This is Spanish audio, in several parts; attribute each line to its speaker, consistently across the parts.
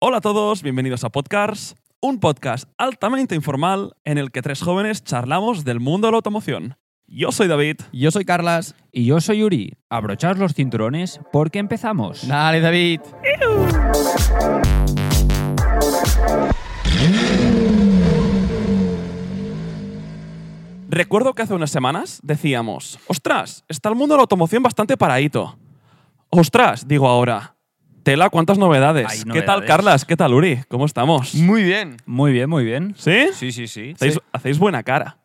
Speaker 1: Hola a todos, bienvenidos a Podcasts, un podcast altamente informal en el que tres jóvenes charlamos del mundo de la automoción. Yo soy David.
Speaker 2: Yo soy Carlas.
Speaker 3: Y yo soy Yuri. Abrochaos los cinturones porque empezamos.
Speaker 2: Dale, David.
Speaker 1: Recuerdo que hace unas semanas decíamos, ostras, está el mundo de la automoción bastante paradito. Ostras, digo ahora. Tela, cuántas novedades.
Speaker 3: Hay
Speaker 1: ¿Qué tal,
Speaker 3: novedades.
Speaker 1: Carlas? ¿Qué tal, Uri? ¿Cómo estamos?
Speaker 2: Muy bien.
Speaker 3: Muy bien, muy bien.
Speaker 1: ¿Sí?
Speaker 3: Sí, sí, sí.
Speaker 1: ¿Hacéis, hacéis buena cara.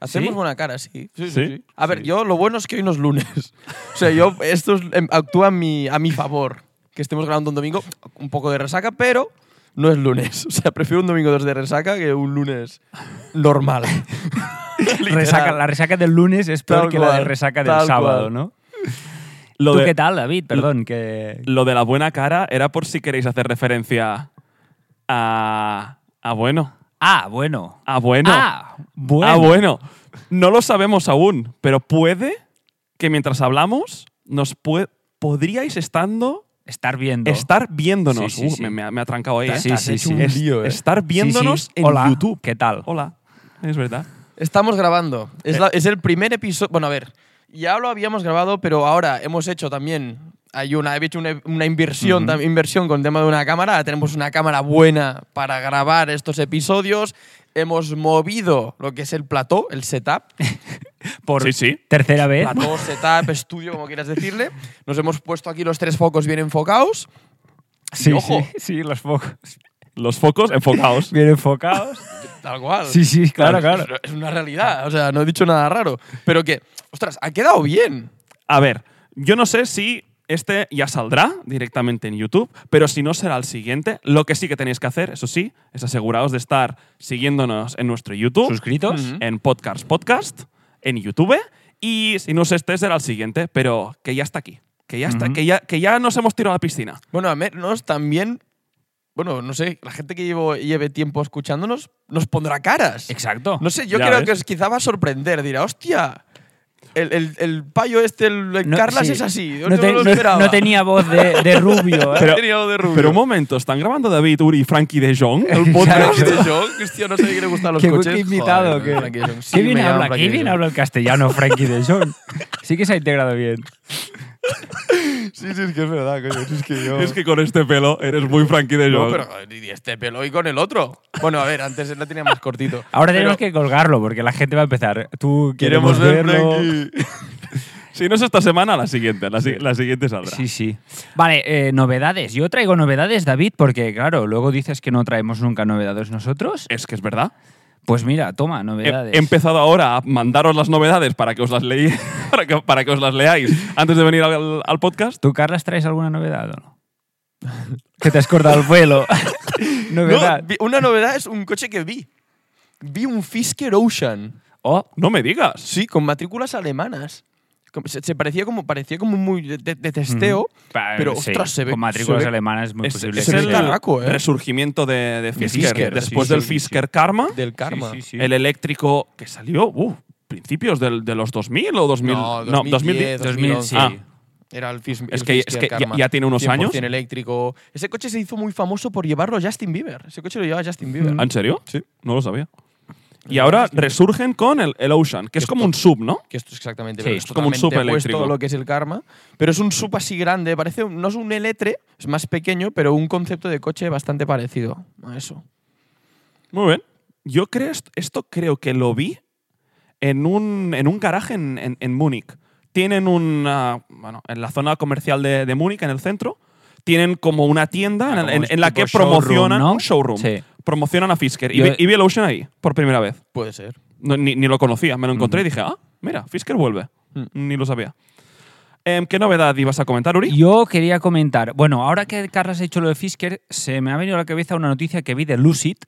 Speaker 2: Hacemos
Speaker 3: ¿Sí?
Speaker 2: buena cara, sí.
Speaker 1: sí, ¿Sí? sí.
Speaker 2: A ver, yo lo bueno es que hoy no es lunes. o sea, yo, esto es- em, actúa a mi, a mi favor. Que estemos grabando un domingo, un poco de resaca, pero no es lunes. O sea, prefiero un domingo dos de resaca que un lunes normal. Literal.
Speaker 3: Resaca- la resaca del lunes es peor
Speaker 2: Tal
Speaker 3: que la de
Speaker 2: cual,
Speaker 3: resaca del
Speaker 2: tal
Speaker 3: sábado,
Speaker 2: cual.
Speaker 3: ¿no?
Speaker 1: Lo
Speaker 3: ¿Tú
Speaker 1: de-
Speaker 3: qué tal, David? Perdón, que...
Speaker 1: Lo de la buena cara era por si queréis hacer referencia a. a bueno.
Speaker 3: Ah, bueno.
Speaker 1: A bueno.
Speaker 3: Ah, bueno.
Speaker 1: Ah, bueno. No lo sabemos aún, pero puede que mientras hablamos nos pue- podríais estando.
Speaker 3: Estar viendo.
Speaker 1: Estar viéndonos.
Speaker 3: Sí, sí,
Speaker 1: Uh,
Speaker 3: sí.
Speaker 1: me- me, ha- me ha trancado ahí.
Speaker 3: Sí,
Speaker 1: ¿eh?
Speaker 3: sí,
Speaker 1: Has
Speaker 3: sí,
Speaker 1: hecho
Speaker 3: sí.
Speaker 1: un
Speaker 3: Es
Speaker 2: lío, ¿eh?
Speaker 1: Estar
Speaker 3: Sí, sí.
Speaker 1: viéndonos en
Speaker 3: Hola,
Speaker 1: YouTube.
Speaker 3: ¿Qué tal?
Speaker 1: Hola. Es verdad.
Speaker 2: Estamos grabando. Es, la- es el primer episodio. Bueno, a ver, ya lo habíamos grabado, pero ahora hemos hecho también. Hay una, he hecho una, una inversión, tam- inversión con el tema de una cámara. Ahora tenemos una cámara buena para grabar estos episodios. Hemos movido lo que es el plató, el setup.
Speaker 3: Por
Speaker 1: Sí, sí.
Speaker 3: tercera vez.
Speaker 2: Plató, setup, estudio, como quieras decirle. Nos hemos puesto aquí los tres focos bien enfocados.
Speaker 3: Sí,
Speaker 2: ojo.
Speaker 3: sí, sí, los focos
Speaker 1: Los focos enfocados.
Speaker 3: bien enfocados.
Speaker 2: Tal cual.
Speaker 3: sí, sí, claro, claro.
Speaker 2: Es- Es una realidad. O sea, no he dicho nada raro. Pero que, ostras, ha quedado bien.
Speaker 1: A ver, yo no sé si este ya saldrá directamente en YouTube, pero si no será el siguiente. Lo que sí que tenéis que hacer, eso sí, es aseguraos de estar siguiéndonos en nuestro YouTube,
Speaker 3: ¿Suscritos?
Speaker 2: Mm.
Speaker 1: en Podcast Podcast, en YouTube, y si no es este, será el siguiente, pero que ya está aquí. Que ya está,
Speaker 3: Ujú.
Speaker 1: que, ya, que ya nos hemos tirado a la piscina.
Speaker 2: Bueno, a menos también, bueno, no sé, la gente que llevo- lleve tiempo escuchándonos nos pondrá caras.
Speaker 3: Exacto.
Speaker 2: No sé, yo
Speaker 1: Ya
Speaker 2: creo
Speaker 1: ves.
Speaker 2: que os- quizá va a sorprender, dirá, hostia, el, el, el payo este, el, el
Speaker 3: No,
Speaker 2: Carlas
Speaker 3: sí.
Speaker 2: es así. Yo
Speaker 3: No,
Speaker 2: no,
Speaker 3: te-
Speaker 2: lo
Speaker 3: no-
Speaker 2: esperaba.
Speaker 3: no tenía voz de, de rubio, ¿eh?
Speaker 1: Pero-
Speaker 2: Tenía algo de rubio.
Speaker 1: Pero un momento, ¿están grabando David, Uri y Frankie de Jong el
Speaker 2: Claro,
Speaker 1: podcast?
Speaker 2: sí, yo, Cristian, no sé qué le gustan los
Speaker 3: qué buen
Speaker 2: coches.
Speaker 3: invitado,
Speaker 2: Joder,
Speaker 3: qué-
Speaker 2: Frankie de Jong. Sí,
Speaker 3: qué
Speaker 2: me
Speaker 3: bien
Speaker 2: llaman
Speaker 3: habla,
Speaker 2: Frankie
Speaker 3: qué
Speaker 2: de
Speaker 3: bien
Speaker 2: Jong.
Speaker 3: habla el castellano Frankie de Jong. Sí que se ha integrado bien.
Speaker 2: Sí, sí, es que es verdad, coño. Es que yo.
Speaker 1: es que con este pelo eres muy Frankie de Jong.
Speaker 2: No, pero y este pelo y con el otro. Bueno, a ver, antes la tenía más cortito.
Speaker 3: Ahora
Speaker 2: Pero-
Speaker 3: tenemos que colgarlo porque la gente va a empezar. Tú queremos,
Speaker 2: Queremos ver
Speaker 3: verlo.
Speaker 2: Frankie.
Speaker 1: Si no es esta semana, la siguiente. La, si- la siguiente saldrá.
Speaker 3: Sí, sí. Vale, eh, novedades. Yo traigo novedades, David, porque claro, luego dices que no traemos nunca novedades nosotros.
Speaker 1: Es que es verdad.
Speaker 3: Pues mira, toma,
Speaker 1: He,
Speaker 3: novedades.
Speaker 1: he empezado ahora a mandaros las novedades para que os las leí, para, que, para que os las leáis antes de venir al, al podcast.
Speaker 3: ¿Tú, Carlas, traes alguna novedad o no? que te has cortado el vuelo.
Speaker 2: No,
Speaker 3: novedad.
Speaker 2: vi- una novedad es un coche que vi. Vi un Fisker Ocean.
Speaker 3: Oh,
Speaker 1: No me digas.
Speaker 2: Sí, con matrículas alemanas. Como- Se, se parecía como parecía como muy de, de- de testeo. Pero,
Speaker 3: sí,
Speaker 2: ostras, se ve.
Speaker 3: Con matrículas
Speaker 2: se ve
Speaker 3: alemanas es muy posible.
Speaker 2: es
Speaker 3: que
Speaker 2: el
Speaker 3: sea.
Speaker 2: carraco, ¿eh?
Speaker 1: resurgimiento de, de Fisker.
Speaker 2: Fisker,
Speaker 1: Después
Speaker 2: sí,
Speaker 1: del
Speaker 2: sí,
Speaker 1: Fisker Karma,
Speaker 2: Del karma.
Speaker 3: Sí, sí, sí.
Speaker 1: el eléctrico que salió, uh, principios del- de los 2000 o 2000.
Speaker 2: No, 2010,
Speaker 3: 2000,
Speaker 2: 2011.
Speaker 3: sí.
Speaker 1: Ah.
Speaker 2: Era el, Fis-
Speaker 1: Es
Speaker 2: el
Speaker 1: que- es
Speaker 2: Fisker
Speaker 1: que ya-
Speaker 2: Karma.
Speaker 1: ya tiene unos
Speaker 2: 100%
Speaker 1: años.
Speaker 2: eléctrico. Ese coche se hizo muy famoso por llevarlo Justin Bieber. Ese coche lo llevaba Justin Bieber.
Speaker 1: ¿Ah, ¿En serio?
Speaker 2: Sí.
Speaker 1: No lo sabía. Y ahora resurgen con el, el Ocean, que es
Speaker 2: Esto-
Speaker 1: como un sub, ¿no?
Speaker 2: que esto es exactamente
Speaker 3: Sí,
Speaker 2: pero es
Speaker 1: es como un
Speaker 2: totalmente
Speaker 1: sub
Speaker 2: opuesto
Speaker 1: eléctrico.
Speaker 2: a lo que es el karma pero es un sub así grande parece un- no es un eletre es más pequeño pero un concepto de coche bastante parecido a eso
Speaker 1: Muy bien. Yo creo est- esto creo que lo vi en un, en un garaje en, en, en Múnich. Tienen una. Bueno, en la zona comercial de, de Múnich, en el centro, tienen como una tienda
Speaker 3: Ah,
Speaker 1: en,
Speaker 3: como
Speaker 1: en-
Speaker 3: un
Speaker 1: en la
Speaker 3: tipo
Speaker 1: que promocionan
Speaker 3: showroom, ¿no?
Speaker 1: un showroom.
Speaker 3: Sí.
Speaker 1: Promocionan a Fisker. Y
Speaker 3: Yo-
Speaker 1: vi, y vi el Ocean ahí, por primera vez.
Speaker 2: puede ser
Speaker 1: No, ni, ni lo conocía. Me lo encontré y dije, ah, mira, Fisker vuelve. Ni lo sabía. Em, ¿Qué novedad ibas a comentar, Uri?
Speaker 3: Mm. Yo quería comentar, bueno, ahora que Carlos ha hecho lo de Fisker, se me ha venido a la cabeza una noticia que vi de Lucid,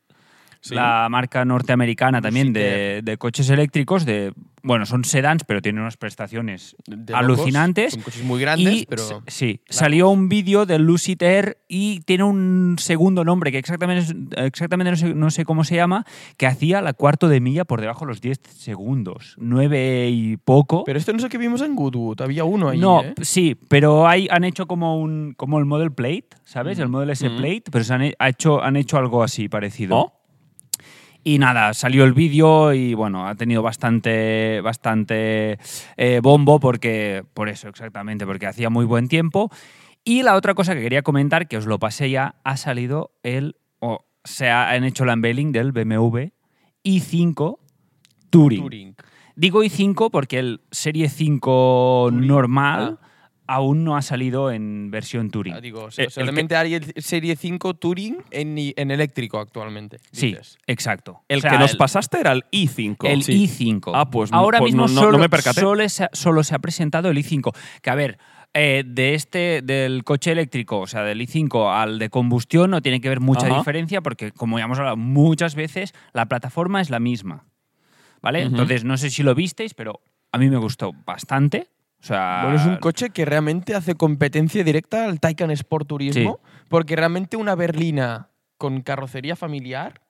Speaker 2: Sí. eh.
Speaker 3: la marca norteamericana también de, de coches eléctricos, de bueno, son sedans, pero tienen unas prestaciones
Speaker 2: de locos.
Speaker 3: alucinantes.
Speaker 2: Son coches muy grandes,
Speaker 3: y,
Speaker 2: pero.
Speaker 3: s- Sí, salió un vídeo del Lucid Air y tiene un segundo nombre que exactamente, es- exactamente no, sé, no sé cómo se llama, que hacía la cuarto de milla por debajo de los 10 segundos, 9 y poco.
Speaker 2: Pero este no es el que vimos en Goodwood, había uno ahí.
Speaker 3: no,
Speaker 2: ¿eh?
Speaker 3: sí, pero hay, han hecho como un como el model plate, ¿sabes? El model S
Speaker 2: Mm. Oh.
Speaker 3: plate, pero se han, he- ha hecho, han hecho algo así parecido.
Speaker 1: ¿No?
Speaker 3: Y nada, salió el vídeo y bueno, ha tenido bastante, bastante eh, bombo porque, por eso exactamente, porque hacía muy buen tiempo. Y la otra cosa que quería comentar, que os lo pasé ya, ha salido el, o se ha- han hecho el unveiling del BMW i5 Touring.
Speaker 2: Touring.
Speaker 3: Digo i5 porque el Serie 5 normal aún no ha salido en versión Touring.
Speaker 2: Ah, digo, o
Speaker 1: Eh,
Speaker 2: sea,
Speaker 1: el
Speaker 2: solamente hay el Serie 5 Touring en, i- en eléctrico actualmente.
Speaker 3: sí,
Speaker 2: dices.
Speaker 3: exacto.
Speaker 1: El
Speaker 3: O sea,
Speaker 1: que nos
Speaker 3: el-
Speaker 1: pasaste era el i5.
Speaker 3: El
Speaker 1: Sí.
Speaker 3: i5.
Speaker 1: Ah, pues no-
Speaker 3: Ahora
Speaker 1: pues
Speaker 3: mismo
Speaker 1: no- no- no
Speaker 3: solo,
Speaker 1: me percaté.
Speaker 3: solo se ha, solo se ha presentado el i5. Que a ver, eh, de este, del coche eléctrico, o sea, del i5 al de combustión, no tiene que ver mucha
Speaker 1: Ajá.
Speaker 3: diferencia porque, como ya hemos hablado muchas veces, la plataforma es la misma. ¿Vale?
Speaker 2: Ujú.
Speaker 3: Entonces, no sé si lo visteis, pero a mí me gustó bastante. O sea,
Speaker 2: Bueno, es un coche que realmente hace competencia directa al Taycan Sport Turismo, porque realmente una berlina con carrocería familiar,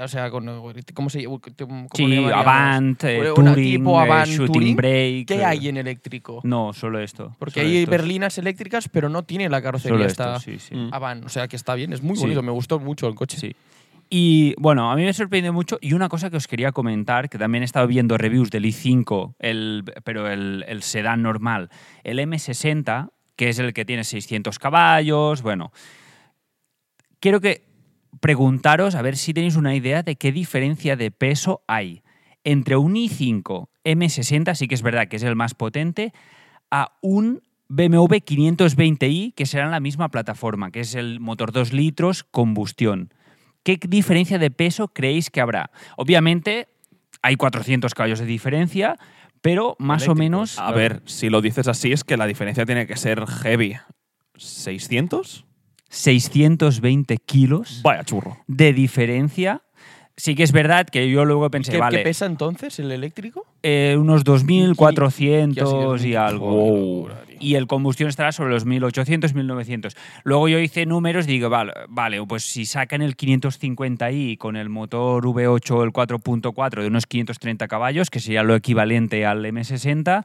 Speaker 2: o sea, con, ¿cómo se llama? ¿Cómo le
Speaker 3: Sí,
Speaker 2: llamaríamos?
Speaker 3: Avant, eh,
Speaker 2: Una
Speaker 3: Touring,
Speaker 2: tipo
Speaker 3: eh,
Speaker 2: Avant
Speaker 3: Shooting
Speaker 2: Touring.
Speaker 3: Brake.
Speaker 2: ¿Qué
Speaker 3: eh,
Speaker 2: hay en eléctrico?
Speaker 3: No, solo esto.
Speaker 2: Porque
Speaker 3: solo
Speaker 2: hay
Speaker 3: estos.
Speaker 2: berlinas eléctricas, pero no tiene la
Speaker 3: Solo
Speaker 2: carrocería
Speaker 3: esto,
Speaker 2: esta
Speaker 3: sí, sí.
Speaker 1: Mm.
Speaker 2: Avant. O sea, que está bien, es muy
Speaker 3: Sí.
Speaker 2: bonito, me gustó mucho el coche.
Speaker 3: Sí. Y bueno, a mí me sorprende mucho. Y una cosa que os quería comentar, que también he estado viendo reviews del i5, el, pero el, el sedán normal, el M60, que es el que tiene 600 caballos. Bueno, quiero que preguntaros a ver si tenéis una idea de qué diferencia de peso hay entre un i5 M60, sí que es verdad que es el más potente, a un BMW 520i, que será en la misma plataforma, que es el motor 2 litros combustión. ¿Qué diferencia de peso creéis que habrá? Obviamente hay 400 caballos de diferencia, pero más o
Speaker 2: Eléctricos.
Speaker 3: menos...
Speaker 1: A ver, si lo dices así es que la diferencia tiene que ser heavy. ¿600?
Speaker 3: 620 kilos
Speaker 1: Vaya churro.
Speaker 3: de diferencia. Sí que es verdad que yo luego pensé,
Speaker 2: ¿Qué, qué
Speaker 3: vale,
Speaker 2: pesa entonces el eléctrico?
Speaker 3: eh, unos
Speaker 2: Casi
Speaker 3: 2.400
Speaker 2: dos
Speaker 3: y
Speaker 2: mil.
Speaker 3: algo.
Speaker 2: Joder, locura, tío.
Speaker 3: Y el combustión estará sobre los 1.800, 1.900. Luego yo hice números y digo, vale, vale, pues si sacan el 550i con el motor V8, el 4.4 de unos 530 caballos, que sería lo equivalente al M60,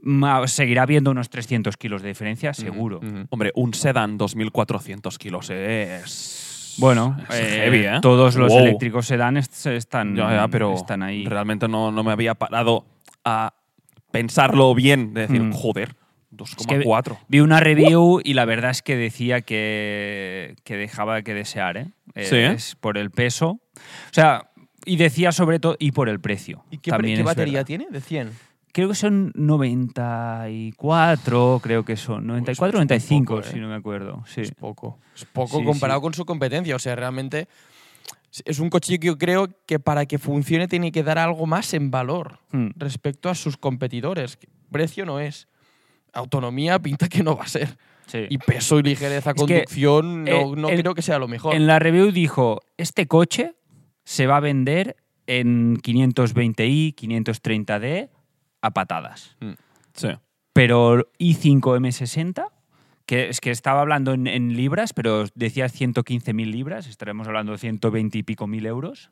Speaker 3: ma- seguirá habiendo unos 300 kilos de diferencia, seguro.
Speaker 1: Hombre, un sedán 2400 kilos es.
Speaker 3: Bueno,
Speaker 1: es
Speaker 3: eh,
Speaker 1: heavy, ¿eh?
Speaker 3: todos los
Speaker 1: Wow.
Speaker 3: eléctricos sedán est- están,
Speaker 1: Ya, ya, pero
Speaker 3: están ahí.
Speaker 1: Realmente no, no me había parado a pensarlo bien, de decir,
Speaker 3: Mm.
Speaker 1: joder,
Speaker 3: que-
Speaker 1: 2,4.
Speaker 3: Vi una review y la verdad es que decía que, que dejaba que desear, ¿eh? Eh,
Speaker 1: Sí, ¿eh?
Speaker 3: Es por el peso. O sea, y decía sobre todo, y por el precio.
Speaker 2: ¿Y qué, pre-
Speaker 3: También
Speaker 2: qué
Speaker 3: es
Speaker 2: batería
Speaker 3: verdad.
Speaker 2: tiene? ¿De 100?
Speaker 3: Creo que son 94, creo que son. 94,
Speaker 2: Pues es un
Speaker 3: 95,
Speaker 2: poco, ¿eh?
Speaker 3: si no me acuerdo. Sí.
Speaker 2: Es poco. Es poco
Speaker 3: Sí,
Speaker 2: comparado
Speaker 3: sí.
Speaker 2: con su competencia. O sea, realmente es un coche que yo creo que para que funcione tiene que dar algo más en valor
Speaker 3: Mm.
Speaker 2: respecto a sus competidores. que Precio no es. Autonomía pinta que no va a ser.
Speaker 3: Sí.
Speaker 2: Y peso y ligereza,
Speaker 3: que,
Speaker 2: conducción, no,
Speaker 3: eh,
Speaker 2: no
Speaker 3: en-
Speaker 2: creo que sea lo mejor.
Speaker 3: En la review dijo, este coche se va a vender en 520i, 530d a patadas.
Speaker 1: Sí.
Speaker 3: pero i5M60, que es que estaba hablando en, en libras, pero decía 115.000 libras, estaremos hablando de 120 y pico mil euros.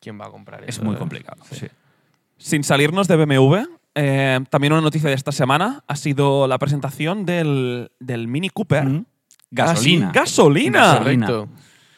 Speaker 2: ¿Quién va a comprar eso?
Speaker 3: Es muy
Speaker 2: eh?
Speaker 3: complicado. sí.
Speaker 1: Sin salirnos de BMW, eh, también una noticia de esta semana ha sido la presentación del, del Mini Cooper.
Speaker 3: Mm. Gasolina.
Speaker 1: Ah, sí, gasolina.
Speaker 3: Gasolina.
Speaker 2: Correcto.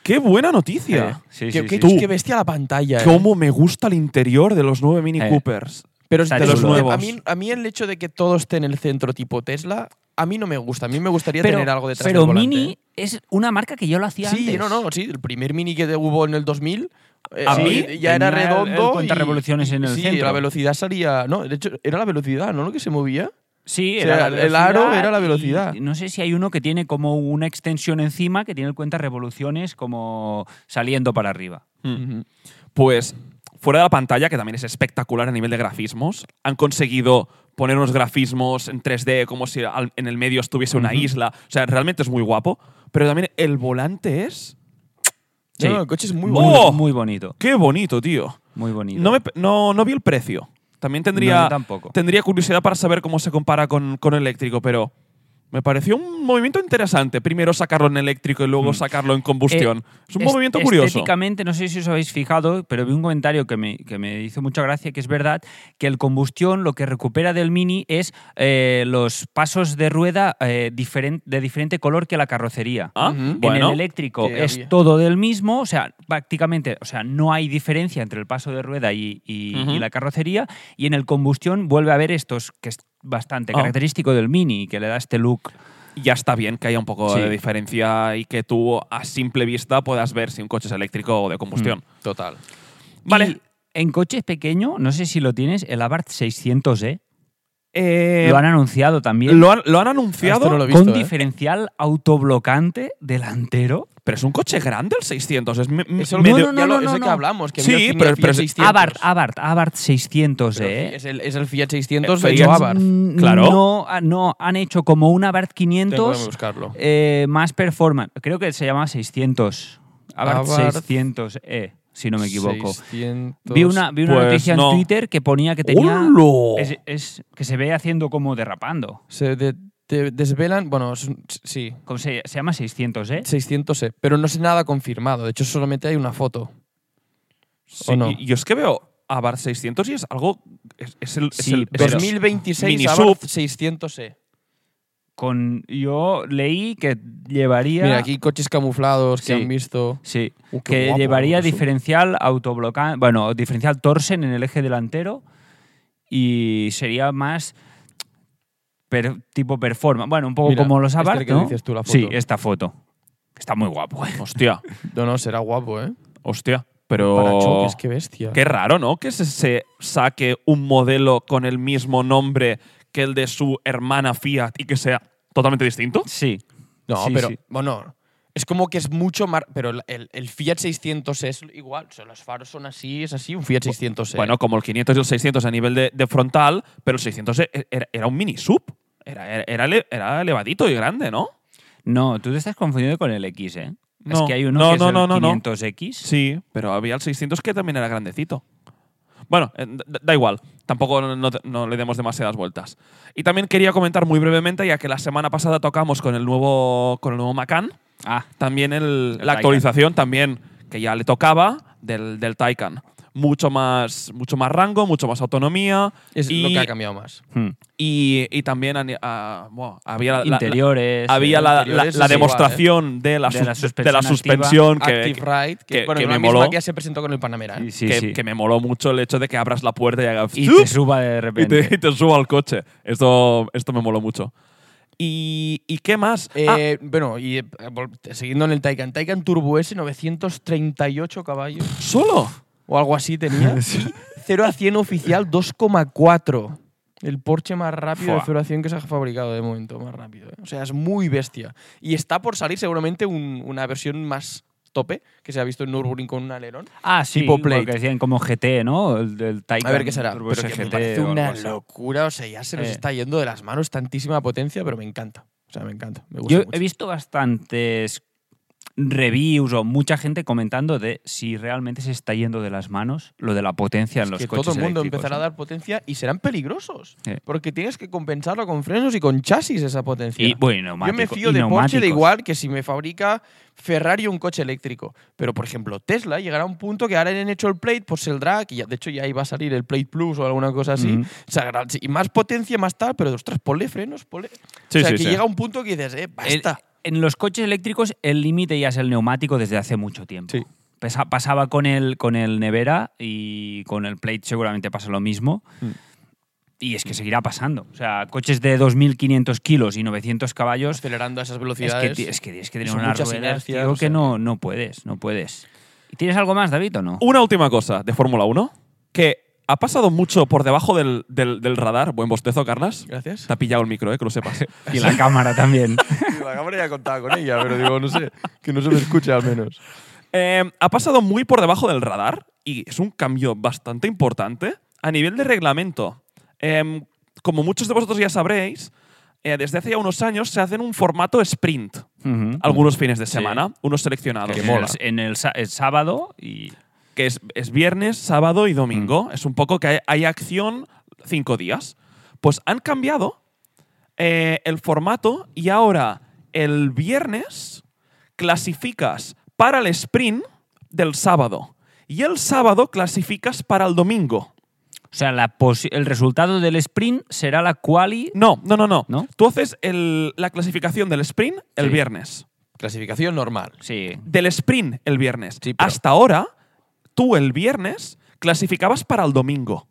Speaker 1: ¡Qué buena noticia!
Speaker 3: Eh, Sí,
Speaker 2: qué,
Speaker 3: sí,
Speaker 2: qué-
Speaker 3: sí.
Speaker 1: Tú.
Speaker 2: qué bestia la pantalla. eh.
Speaker 1: ¿Cómo me gusta el interior de los nueve Mini
Speaker 3: Eh.
Speaker 1: Coopers?
Speaker 2: Pero
Speaker 3: Está
Speaker 2: de los
Speaker 1: chulo.
Speaker 2: nuevos. A mí, a mí el hecho de que todo esté en el centro tipo Tesla, a mí no me gusta. A mí me gustaría
Speaker 3: Pero,
Speaker 2: tener algo detrás
Speaker 3: pero
Speaker 2: del volante,
Speaker 3: Mini
Speaker 2: ¿eh?
Speaker 3: es una marca que yo lo hacía
Speaker 2: Sí,
Speaker 3: antes.
Speaker 2: no, no, sí. El primer Mini que hubo en el 2000 eh,
Speaker 1: A
Speaker 2: sí,
Speaker 1: mí
Speaker 2: ya era
Speaker 3: tenía el-
Speaker 2: redondo.
Speaker 3: el cuenta
Speaker 2: y-
Speaker 3: revoluciones en el
Speaker 2: sí,
Speaker 3: centro.
Speaker 2: la velocidad salía. No, de hecho, era la velocidad, ¿no? Lo que se movía.
Speaker 3: Sí,
Speaker 2: O sea,
Speaker 3: era la
Speaker 2: el aro
Speaker 3: velocidad
Speaker 2: era la
Speaker 3: y-
Speaker 2: velocidad.
Speaker 3: y no sé si hay uno que tiene como una extensión encima que tiene el cuenta revoluciones como saliendo para arriba.
Speaker 1: Pues fuera de la pantalla, que también es espectacular a nivel de grafismos, han conseguido poner unos grafismos en 3D como si al- en el medio estuviese una isla. O sea, realmente es muy guapo. Pero también el volante es
Speaker 3: Sí.
Speaker 2: No, no, el coche es muy
Speaker 3: Muy,
Speaker 2: bueno.
Speaker 1: ¡Oh!
Speaker 3: muy bonito,
Speaker 1: Qué bonito, tío.
Speaker 3: muy bonito.
Speaker 1: No, me pe- no, no vi el precio. También
Speaker 3: No,
Speaker 1: tendría,
Speaker 3: yo tampoco.
Speaker 1: tendría curiosidad para saber cómo se compara con, con eléctrico, pero me pareció un movimiento interesante. Primero sacarlo en eléctrico y
Speaker 3: Mm.
Speaker 1: luego sacarlo en combustión.
Speaker 3: Eh,
Speaker 1: es un
Speaker 3: est-
Speaker 1: movimiento curioso.
Speaker 3: Estéticamente, no sé si os habéis fijado, pero vi un comentario que me, que me hizo mucha gracia, que es verdad que el combustión lo que recupera del Mini es eh, los pasos de rueda eh, diferen- de diferente color que la carrocería.
Speaker 1: Ah,
Speaker 2: Ujú. En el
Speaker 1: bueno.
Speaker 3: en el eléctrico
Speaker 2: que
Speaker 3: es
Speaker 2: había.
Speaker 3: todo del mismo, o sea, prácticamente, o sea, no hay diferencia entre el paso de rueda y, y-
Speaker 1: Ujú.
Speaker 3: y la carrocería, y en el combustión vuelve a haber estos que es bastante
Speaker 1: Ah.
Speaker 3: característico del Mini, que le da este look.
Speaker 1: ya está bien que haya un poco
Speaker 3: Sí.
Speaker 1: de diferencia y que tú a simple vista puedas ver si un coche es eléctrico o de combustión.
Speaker 2: Total.
Speaker 1: Vale.
Speaker 3: Mm. Y en coches pequeño, no sé si lo tienes, el Abarth E, 600E.
Speaker 1: Eh,
Speaker 3: lo Ah, han anunciado también.
Speaker 1: lo han- lo han anunciado,
Speaker 2: Esto no lo he
Speaker 3: con
Speaker 2: visto, ¿eh?
Speaker 3: diferencial autoblocante delantero.
Speaker 1: pero es un coche grande el 600. Es me-
Speaker 2: Eso
Speaker 1: medio-
Speaker 2: lo,
Speaker 3: Mm, No, no, no,
Speaker 2: ya lo-
Speaker 3: no,
Speaker 2: es el
Speaker 3: no.
Speaker 2: que hablamos. Que
Speaker 1: Sí,
Speaker 2: había el Fiat
Speaker 1: pero- pero es-
Speaker 2: 600.
Speaker 3: Abarth, Abarth, Abarth 600E.
Speaker 2: Pero
Speaker 3: ¿eh?
Speaker 2: Es el, es el Fiat 600
Speaker 1: Eh,
Speaker 2: hecho
Speaker 1: Fiat-
Speaker 2: Abarth.
Speaker 3: Mm,
Speaker 1: claro.
Speaker 3: No, ah, no, han hecho como un Abarth
Speaker 2: Tengo que
Speaker 3: 500
Speaker 2: buscarlo.
Speaker 3: eh, más performance. Creo que se llama 600. Abarth,
Speaker 2: Abarth
Speaker 3: 600E, eh, si no me equivoco.
Speaker 2: 600.
Speaker 3: Vi una, vi una
Speaker 1: Pues
Speaker 3: noticia
Speaker 1: no.
Speaker 3: en Twitter que ponía que tenía.
Speaker 1: ¡Holo!
Speaker 3: es- es- que se ve haciendo como derrapando.
Speaker 2: Se de- te desvelan. Bueno, es un- sí.
Speaker 3: ¿Cómo se, se llama 600, ¿eh?
Speaker 2: 600 e Pero no sé nada confirmado. De hecho, solamente hay una foto.
Speaker 1: Sí,
Speaker 2: ¿O no?
Speaker 1: y- Yo es que veo a Bar 600 y es algo. Es, es el. es
Speaker 3: Sí,
Speaker 1: el- es el-
Speaker 2: 2026
Speaker 1: mini
Speaker 2: Abarth
Speaker 1: sub.
Speaker 2: 600E.
Speaker 3: Con, yo leí que llevaría.
Speaker 2: Mira, aquí coches camuflados
Speaker 3: Sí.
Speaker 2: que han visto.
Speaker 3: Sí,
Speaker 2: Uh, qué
Speaker 3: que
Speaker 2: guapo,
Speaker 3: llevaría
Speaker 2: eso.
Speaker 3: diferencial autoblocante. Bueno, diferencial torsen en el eje delantero y sería más. per- tipo performance. Bueno, un poco
Speaker 2: Mira,
Speaker 3: como los
Speaker 2: este
Speaker 3: Abarth,
Speaker 2: que
Speaker 3: ¿no?
Speaker 2: dices tú, la
Speaker 3: Sí,
Speaker 2: foto.
Speaker 3: esta foto. Está muy guapo, ¿eh?
Speaker 1: Hostia,
Speaker 2: No, no, será guapo, ¿eh?
Speaker 1: hostia. Pero.
Speaker 2: Para choques, qué bestia.
Speaker 1: Qué raro, ¿no? Que se, se saque un modelo con el mismo nombre que el de su hermana Fiat y que sea totalmente distinto.
Speaker 3: Sí.
Speaker 2: No,
Speaker 3: Sí,
Speaker 2: pero
Speaker 3: sí.
Speaker 2: bueno, es como que es mucho más. Pero el, el- el Fiat 600 es igual. o sea, los faros son así, es así, un Fiat eh. 600
Speaker 1: Bueno, como el 500 y el 600 a nivel de, de frontal, pero el 600 e- era, era un mini sub. Era, era, era ele- era elevadito y grande, ¿no?
Speaker 3: No, tú te estás confundiendo con el X, ¿eh?
Speaker 1: No,
Speaker 3: es que hay uno
Speaker 1: no,
Speaker 3: que es
Speaker 1: no,
Speaker 3: el
Speaker 1: no, no, no.
Speaker 3: 500X.
Speaker 1: Sí, pero había el 600 que también era grandecito. Bueno, eh, da, da igual, tampoco no, no le demos demasiadas vueltas. Y también quería comentar muy brevemente, ya que la semana pasada tocamos con el nuevo, con el nuevo Macan,
Speaker 3: Ah,
Speaker 1: también el-
Speaker 3: El
Speaker 1: la
Speaker 3: Taycan.
Speaker 1: actualización también que ya le tocaba del, del Taycan. Mucho más, mucho más rango, mucho más autonomía
Speaker 2: Es
Speaker 1: y,
Speaker 2: lo que ha cambiado más.
Speaker 3: hmm.
Speaker 1: y, y también a ni- a- buah, había la- la- la,
Speaker 3: interiores.
Speaker 1: había
Speaker 3: eh,
Speaker 1: la,
Speaker 2: interiores
Speaker 1: la-
Speaker 2: es
Speaker 1: la
Speaker 2: igual,
Speaker 1: demostración de, la
Speaker 3: De
Speaker 1: sus-
Speaker 3: la
Speaker 1: de
Speaker 3: suspensión
Speaker 1: la
Speaker 3: activa,
Speaker 1: suspensión que,
Speaker 2: Active Ride, que,
Speaker 1: que-
Speaker 2: bueno,
Speaker 1: que
Speaker 2: la
Speaker 1: me
Speaker 2: misma
Speaker 1: moló.
Speaker 2: que ya se presentó con el Panamera.
Speaker 3: eh, Sí, sí,
Speaker 1: que,
Speaker 3: sí.
Speaker 1: que me moló mucho el hecho de que abras la puerta y hagas
Speaker 3: y
Speaker 1: ¡zup!
Speaker 3: te suba de
Speaker 1: y te,
Speaker 3: repente.
Speaker 1: y te suba al coche. Esto, esto me moló mucho. ¿Y, y qué más? Ah,
Speaker 2: Eh, Bueno, y eh, vol- siguiendo en el Taycan, Taycan Turbo S, 938 caballos
Speaker 1: ¿Solo?
Speaker 2: o algo así tenía. Y 0 a 100 oficial, 2,4. El Porsche más rápido de
Speaker 1: Fua.
Speaker 2: 0 a 100 que se ha fabricado de momento, más rápido. ¿eh? O sea, es muy bestia. Y está por salir seguramente un- una versión más tope que se ha visto en Nürburgring con un alerón.
Speaker 3: Ah, sí,
Speaker 2: tipo
Speaker 3: porque
Speaker 2: plate.
Speaker 3: decían como GT, ¿no? El, el Taycan
Speaker 2: A ver qué será.
Speaker 3: Turbo
Speaker 2: Pero que me
Speaker 3: SGT
Speaker 2: parece
Speaker 3: o algo
Speaker 2: una
Speaker 3: así.
Speaker 2: locura. O sea, ya se nos
Speaker 3: Eh.
Speaker 2: está yendo de las manos tantísima potencia, pero me encanta. O sea, me encanta. Me gusta
Speaker 3: Yo
Speaker 2: mucho.
Speaker 3: he visto bastantes reviews o mucha gente comentando de si realmente se está yendo de las manos lo de la potencia en los
Speaker 2: que
Speaker 3: coches
Speaker 2: todo el mundo
Speaker 3: eléctricos, ¿eh?
Speaker 2: empezará a
Speaker 3: ¿no?
Speaker 2: dar potencia y serán peligrosos.
Speaker 3: Eh.
Speaker 2: Porque tienes que compensarlo con frenos y con chasis esa potencia.
Speaker 3: y bueno, y
Speaker 2: Yo me
Speaker 3: neumático-
Speaker 2: fío
Speaker 3: y
Speaker 2: de Porsche de
Speaker 3: neumáticos.
Speaker 2: igual que si me fabrica Ferrari un coche eléctrico. Pero, por ejemplo, Tesla llegará a un punto que ahora han hecho el Plate, pues saldrá, que ya, de hecho ya iba a salir el Plate Plus o alguna cosa así.
Speaker 3: Ujú.
Speaker 2: saldrá- y más potencia, más tal, pero ostras, ponle frenos, ponle.
Speaker 1: Sí,
Speaker 2: o
Speaker 1: sí,
Speaker 2: sea, que
Speaker 1: sí.
Speaker 2: llega un punto que dices, eh,
Speaker 3: El-
Speaker 2: basta.
Speaker 3: en los coches eléctricos el límite ya es el neumático desde hace mucho tiempo.
Speaker 2: Sí.
Speaker 3: Pesa- pasaba con el, con el Nevera y con el Plate seguramente pasa lo mismo.
Speaker 2: Mm.
Speaker 3: Y es que seguirá pasando. O sea, coches de 2.500 kilos y 900 caballos.
Speaker 2: acelerando a esas
Speaker 3: Es
Speaker 2: velocidades.
Speaker 3: que, ti- es que tienes que tener
Speaker 2: son
Speaker 3: unas
Speaker 2: muchas
Speaker 3: ruedas
Speaker 2: inercias,
Speaker 3: tío,
Speaker 2: o sea.
Speaker 3: que no, no puedes, no puedes. ¿Y ¿Tienes algo más, David, o no?
Speaker 2: Uh,
Speaker 1: Una última cosa de Fórmula 1 que ha pasado mucho por debajo del, del- del radar. Buen bostezo, Carlas.
Speaker 2: Gracias.
Speaker 1: Te ha pillado el micro, eh, que lo sepas.
Speaker 3: Y la cámara también.
Speaker 2: La cámara ya contaba con ella, pero digo, no sé, que no se me escuche al menos.
Speaker 1: Eh, ha pasado muy por debajo del radar y es un cambio bastante importante a nivel de reglamento. Em, como muchos de vosotros ya sabréis, eh, desde hace ya unos años se hacen un formato sprint
Speaker 3: Ujú.
Speaker 1: algunos fines de
Speaker 3: Sí.
Speaker 1: semana, unos seleccionados.
Speaker 3: En el- En el, sa- el sábado y.
Speaker 1: que es, es viernes, sábado y domingo.
Speaker 3: Mm.
Speaker 1: Es un poco que hay, hay acción cinco días. Pues han cambiado eh, el formato y ahora el viernes clasificas para el sprint del sábado y el sábado clasificas para el domingo.
Speaker 3: O sea, la posi- el resultado del sprint será la quali.
Speaker 1: No, no, no, no.
Speaker 3: ¿No?
Speaker 1: Tú haces el- la clasificación del sprint el
Speaker 3: Sí.
Speaker 1: viernes.
Speaker 2: Clasificación normal.
Speaker 3: Sí.
Speaker 1: Del sprint el viernes.
Speaker 2: Sí, pero-
Speaker 1: Hasta ahora, tú el viernes clasificabas para el domingo.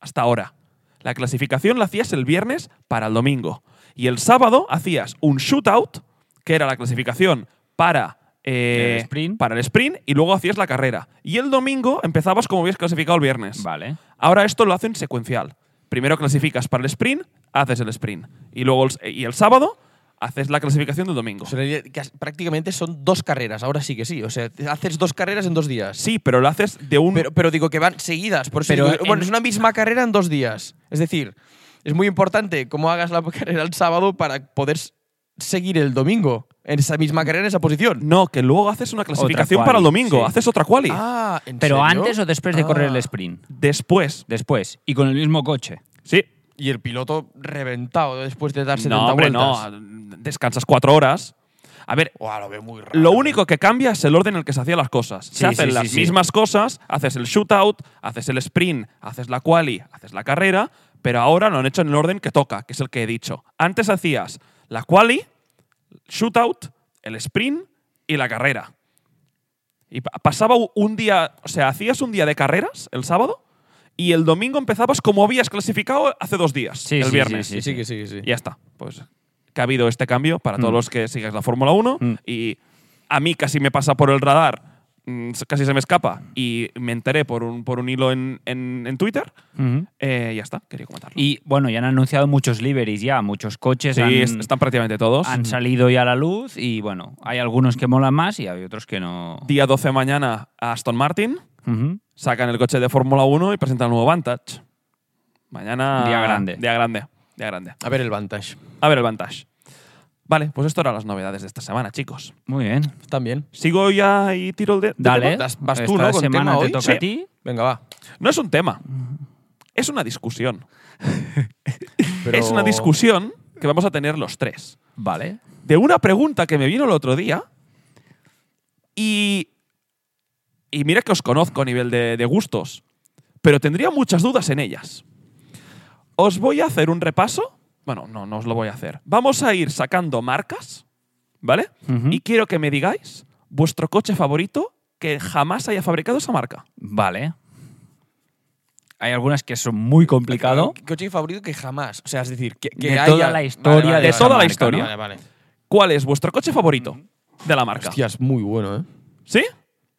Speaker 1: Hasta ahora. La clasificación la hacías el viernes para el domingo. Y el sábado hacías un shootout, que era la clasificación para, eh,
Speaker 3: El sprint.
Speaker 1: para el sprint, y luego hacías la carrera. Y el domingo empezabas como habías clasificado el viernes.
Speaker 3: Vale.
Speaker 1: Ahora esto lo hacen secuencial. Primero clasificas para el sprint, haces el sprint. Y luego el- y el sábado haces la clasificación del domingo.
Speaker 2: O sea, que has- prácticamente son dos carreras, ahora sí que sí. O sea, te- haces dos carreras en dos días.
Speaker 1: Sí, pero lo haces de un.
Speaker 2: Pero, pero digo que van seguidas. Por eso
Speaker 3: Pero
Speaker 2: digo que- bueno,
Speaker 3: en-
Speaker 2: es una misma carrera en dos días. Es decir, es muy importante cómo hagas la carrera el sábado para poder s- seguir el domingo en esa misma carrera, en esa
Speaker 3: Mm.
Speaker 2: posición.
Speaker 1: no, que luego haces una clasificación
Speaker 3: quali,
Speaker 1: para el domingo,
Speaker 3: sí.
Speaker 1: haces otra quali.
Speaker 2: Ah, ¿en
Speaker 3: Pero
Speaker 2: serio?
Speaker 3: antes o después de correr el
Speaker 2: Ah.
Speaker 3: sprint.
Speaker 1: Después.
Speaker 3: Después. Y con el mismo coche.
Speaker 1: Sí.
Speaker 2: Y el piloto reventado después de dar 70
Speaker 1: No, hombre,
Speaker 2: vueltas.
Speaker 1: no. Descansas cuatro horas. A ver,
Speaker 2: Buah, lo veo muy raro.
Speaker 1: lo único que cambia es el orden en el que se hacían las cosas.
Speaker 3: Sí,
Speaker 1: se hacen
Speaker 3: sí, sí,
Speaker 1: las
Speaker 3: sí.
Speaker 1: mismas cosas, haces el shootout, haces el sprint, haces la quali, haces la carrera, pero ahora lo han hecho en el orden que toca, que es el que he dicho. Antes hacías la quali, shootout, el sprint y la carrera. Y pa- pasaba u- un día, o sea, hacías un día de carreras el sábado y el domingo empezabas como habías clasificado hace dos días,
Speaker 3: Sí,
Speaker 1: el
Speaker 3: sí,
Speaker 1: viernes.
Speaker 3: sí,
Speaker 2: Sí, sí, que sí, que sí.
Speaker 1: Ya está. Pues que ha habido este cambio para todos
Speaker 3: Mm.
Speaker 1: los que sigas la Fórmula 1
Speaker 3: Mm.
Speaker 1: y a mí casi me pasa por el radar, mm, s- casi se me escapa y me enteré por un, por un hilo en, en- en Twitter. Eh, ya está, quería comentarlo.
Speaker 3: Y bueno, ya han anunciado muchos liveries ya, muchos coches.
Speaker 1: sí,
Speaker 3: han-
Speaker 1: es- están prácticamente todos.
Speaker 3: han salido ya a la luz y bueno, hay algunos que molan más y hay otros que no.
Speaker 1: Día 12 mañana Aston Martin
Speaker 3: Ujú.
Speaker 1: sacan el coche de Fórmula 1 y presentan el nuevo Vantage. Mañana
Speaker 3: Día grande.
Speaker 1: Día grande, día grande.
Speaker 2: A ver el Vantage.
Speaker 1: A ver el Vantage. Vale, pues esto eran las novedades de esta semana, chicos.
Speaker 3: Muy bien.
Speaker 2: También.
Speaker 1: Sigo ya y tiro el de- de
Speaker 3: Dale.
Speaker 1: tema?
Speaker 2: Vas- vas tú,
Speaker 3: Esta
Speaker 2: ¿no? Con
Speaker 3: semana
Speaker 2: tema
Speaker 3: te
Speaker 2: hoy.
Speaker 3: toca a
Speaker 2: Sí.
Speaker 3: ti.
Speaker 2: Venga, va.
Speaker 1: No es un tema. Es una discusión.
Speaker 2: Pero-
Speaker 1: Es una discusión que vamos a tener los tres.
Speaker 3: Vale.
Speaker 1: De una pregunta que me vino el otro día y... Y mira que os conozco a nivel de, de gustos, pero tendría muchas dudas en ellas. Os voy a hacer un repaso. Bueno, no, no os lo voy a hacer. Vamos a ir sacando marcas, ¿vale?
Speaker 3: Ujú.
Speaker 1: Y quiero que me digáis vuestro coche favorito que jamás haya fabricado esa marca.
Speaker 3: Vale. Hay algunas que son muy complicado.
Speaker 2: Co- Coche favorito que jamás. O sea, es decir, que, que
Speaker 3: de
Speaker 2: haya-
Speaker 3: toda la historia.
Speaker 2: Vale, vale,
Speaker 1: de
Speaker 2: vale,
Speaker 1: toda la
Speaker 2: vale,
Speaker 1: historia.
Speaker 2: Vale, vale.
Speaker 1: ¿Cuál es vuestro coche favorito de la marca?
Speaker 2: Hostia, es muy bueno, ¿eh?
Speaker 1: ¿Sí?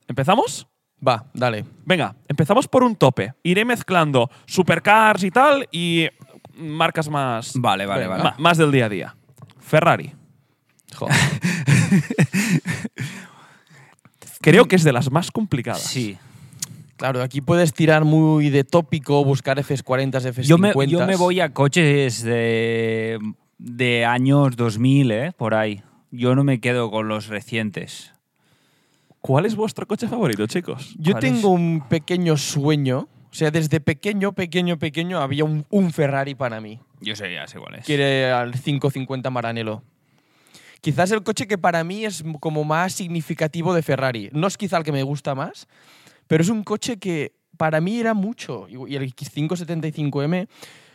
Speaker 1: ¿Empezamos?
Speaker 2: Va, dale.
Speaker 1: Venga, empezamos por un tope. Iré mezclando supercars y tal y marcas más,
Speaker 3: Vale, vale,
Speaker 2: Venga.
Speaker 3: vale.
Speaker 1: ma- más del día a día. Ferrari.
Speaker 2: Joder. Mm.
Speaker 1: Creo que es de las más complicadas.
Speaker 3: Sí.
Speaker 2: claro, aquí puedes tirar muy de tópico, buscar F40, F50.
Speaker 3: Yo me, yo me voy a coches de, de años 2000, ¿eh? Por ahí. Yo no me quedo con los recientes.
Speaker 1: ¿Cuál es vuestro coche favorito, chicos?
Speaker 2: Yo
Speaker 3: ¿Cuál
Speaker 2: tengo un pequeño sueño. O sea, desde pequeño, pequeño, pequeño había un, un Ferrari para mí.
Speaker 3: Yo sé, ya sé cuál es.
Speaker 2: que era el 550 Maranello. Quizás el coche que para mí es m- como más significativo de Ferrari. No es quizá el que me gusta más, pero es un coche que para mí era mucho. Y y el 575M,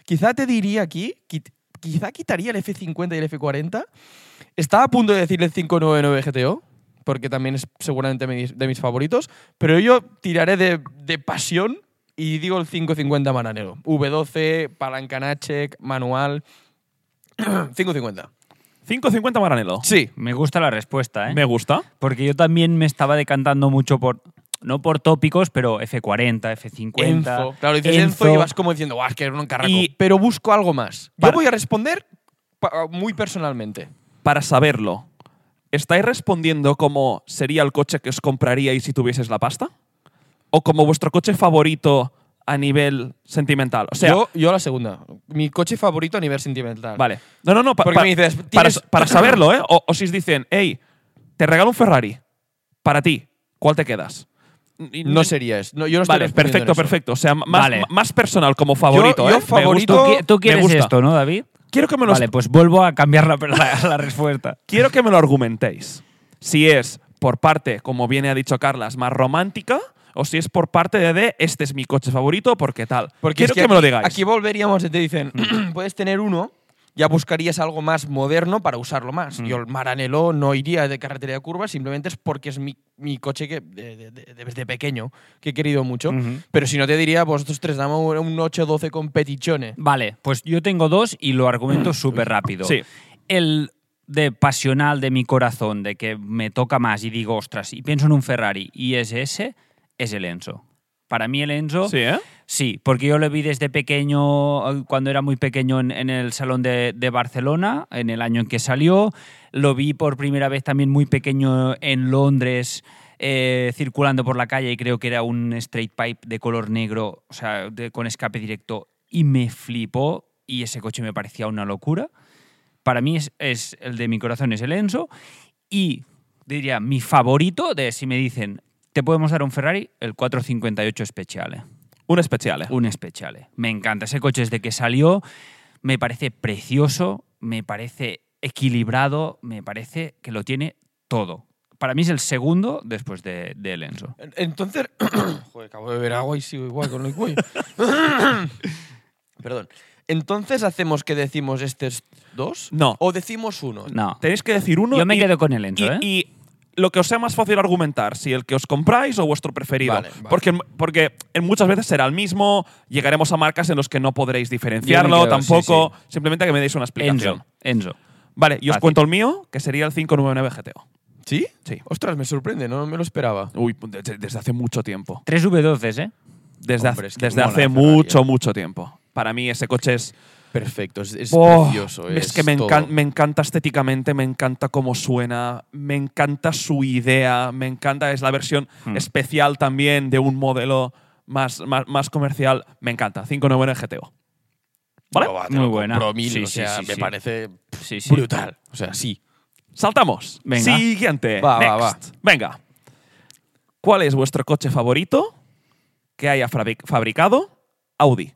Speaker 2: quizá te diría aquí, qui- quizá quitaría el F50 y el F40. Estaba a punto de decir el 599 GTO, porque también es seguramente mi- de mis favoritos, pero yo tiraré de, de pasión y digo el 550 Maranello. V12, palancanache, manual. 550.
Speaker 1: 550 Maranello.
Speaker 2: Sí.
Speaker 3: Me gusta la respuesta, ¿eh?
Speaker 1: Me gusta.
Speaker 3: Porque yo también me estaba decantando mucho por. No por tópicos, pero F40, F50.
Speaker 2: Enzo. Claro, dices Enzo, y vas como diciendo, "Buah, es que era un carraco.
Speaker 1: Y-
Speaker 2: pero busco algo más.
Speaker 1: Para-
Speaker 2: Yo voy a responder pa- muy personalmente.
Speaker 1: Para saberlo, ¿estáis respondiendo como sería el coche que os compraríais si tuvieses la pasta? ¿O como vuestro coche favorito a nivel sentimental? O sea,
Speaker 2: yo, yo la segunda. Mi coche favorito a nivel sentimental.
Speaker 1: vale. No, no, no. pa-
Speaker 2: Porque
Speaker 1: pa-
Speaker 2: me dices,
Speaker 1: para,
Speaker 2: tienes-
Speaker 1: para saberlo, ¿eh? O, o si os dicen, hey, te regalo un Ferrari para ti, ¿cuál te quedas? Y-
Speaker 2: No sería eso. No, yo no estoy
Speaker 1: Vale,
Speaker 2: respondiendo
Speaker 1: perfecto,
Speaker 2: en eso.
Speaker 1: perfecto. O sea, más,
Speaker 3: Vale.
Speaker 1: más personal como favorito,
Speaker 2: yo
Speaker 1: ¿eh? Me
Speaker 2: favorito-
Speaker 1: gusta.
Speaker 3: ¿Tú, qui- tú
Speaker 1: Me
Speaker 3: quieres
Speaker 1: gusta.
Speaker 3: esto, ¿no, David?
Speaker 1: Quiero que me lo
Speaker 3: Vale, pues vuelvo a cambiar la, la- la respuesta.
Speaker 1: quiero que me lo argumentéis. Si es por parte, como bien ha dicho Carlas, más romántica, o si es por parte de, de, este es mi coche favorito porque tal.
Speaker 2: Porque
Speaker 1: quiero
Speaker 2: es
Speaker 1: que,
Speaker 2: que,
Speaker 1: me lo
Speaker 2: aquí-
Speaker 1: digáis.
Speaker 2: Aquí volveríamos y te dicen, puedes tener uno, ya buscarías algo más moderno para usarlo
Speaker 1: Mm.
Speaker 2: más. Yo el Maranello no iría de carretera de curvas, simplemente es porque es mi, mi coche que de- de- de- desde pequeño, que he querido mucho.
Speaker 3: Ujú.
Speaker 2: Pero si no te diría, pues estos tres damos un 8-12 con petichone.
Speaker 3: Vale, pues yo tengo dos y lo argumento súper rápido.
Speaker 1: Sí.
Speaker 3: El de pasional de mi corazón, de que me toca más y digo, ostras, y pienso en un Ferrari y es ese, es el Enzo. Para mí el Enzo
Speaker 1: Sí, ¿eh?
Speaker 3: Sí, porque yo lo vi desde pequeño, eh, cuando era muy pequeño en, en el Salón de, de Barcelona, en el año en que salió. Lo vi por primera vez también muy pequeño en Londres, eh, circulando por la calle y creo que era un straight pipe de color negro, o sea, de- con escape directo. Y me flipó y ese coche me parecía una locura. Para mí es, es el de mi corazón, es el Enzo. Y diría, mi favorito de si me dicen, te podemos dar un Ferrari, el 458 Speciale.
Speaker 1: Un especial. ¿eh?
Speaker 3: Un especial. Me encanta. Ese coche desde que salió me parece precioso, me parece equilibrado, me parece que lo tiene todo. Para mí es el segundo después de, de el Enzo.
Speaker 2: Entonces, joder, acabo de beber agua y sigo igual con el cuello. Perdón. Entonces hacemos que decimos estos dos
Speaker 1: No.
Speaker 2: o decimos uno.
Speaker 3: No.
Speaker 1: Tenéis que decir uno.
Speaker 3: Yo me
Speaker 1: y-
Speaker 3: quedo con el Enzo,
Speaker 1: y,
Speaker 3: ¿eh?
Speaker 1: y lo que os sea más fácil argumentar, si el que os compráis o vuestro preferido.
Speaker 2: Vale, vale.
Speaker 1: Porque, porque en muchas veces será el mismo, llegaremos a marcas en los que no podréis diferenciarlo
Speaker 2: Yo me quedo, sí,
Speaker 1: tampoco. Simplemente que me deis una explicación.
Speaker 3: Enzo. Enzo.
Speaker 1: Vale, y os
Speaker 3: Fácil.
Speaker 1: cuento el mío, que sería el 599 GTO.
Speaker 2: ¿Sí?
Speaker 1: Sí.
Speaker 2: Ostras, me sorprende, no me lo esperaba.
Speaker 1: Uy, desde- desde hace mucho tiempo.
Speaker 3: Tres V12, ¿eh?
Speaker 1: desde, hace,
Speaker 2: Hombre, es que
Speaker 1: desde
Speaker 2: mola
Speaker 1: hace
Speaker 2: el Ferrari,
Speaker 1: mucho,
Speaker 2: eh.
Speaker 1: mucho tiempo. Para mí ese coche es...
Speaker 2: Perfecto, es, es
Speaker 1: ¡Oh!
Speaker 2: precioso.
Speaker 1: es,
Speaker 2: Es,
Speaker 1: que me,
Speaker 2: todo.
Speaker 1: encan- me encanta estéticamente, me encanta cómo suena, me encanta su idea, me encanta, es la versión especial también de un modelo más, más, más comercial. Me encanta, 5.9 GTO. ¿Vale?
Speaker 2: No, va, te
Speaker 3: Muy
Speaker 2: lo
Speaker 3: buena.
Speaker 2: compro mil,
Speaker 3: Sí,
Speaker 2: o
Speaker 3: sí,
Speaker 2: sea,
Speaker 3: sí,
Speaker 2: me
Speaker 3: sí.
Speaker 2: parece
Speaker 3: Sí, sí.
Speaker 2: brutal. O sea, sí.
Speaker 1: Saltamos.
Speaker 3: Venga.
Speaker 1: Siguiente.
Speaker 2: Va, va,
Speaker 1: Next. Venga. ¿Cuál es vuestro coche favorito que haya fabric- fabricado Audi?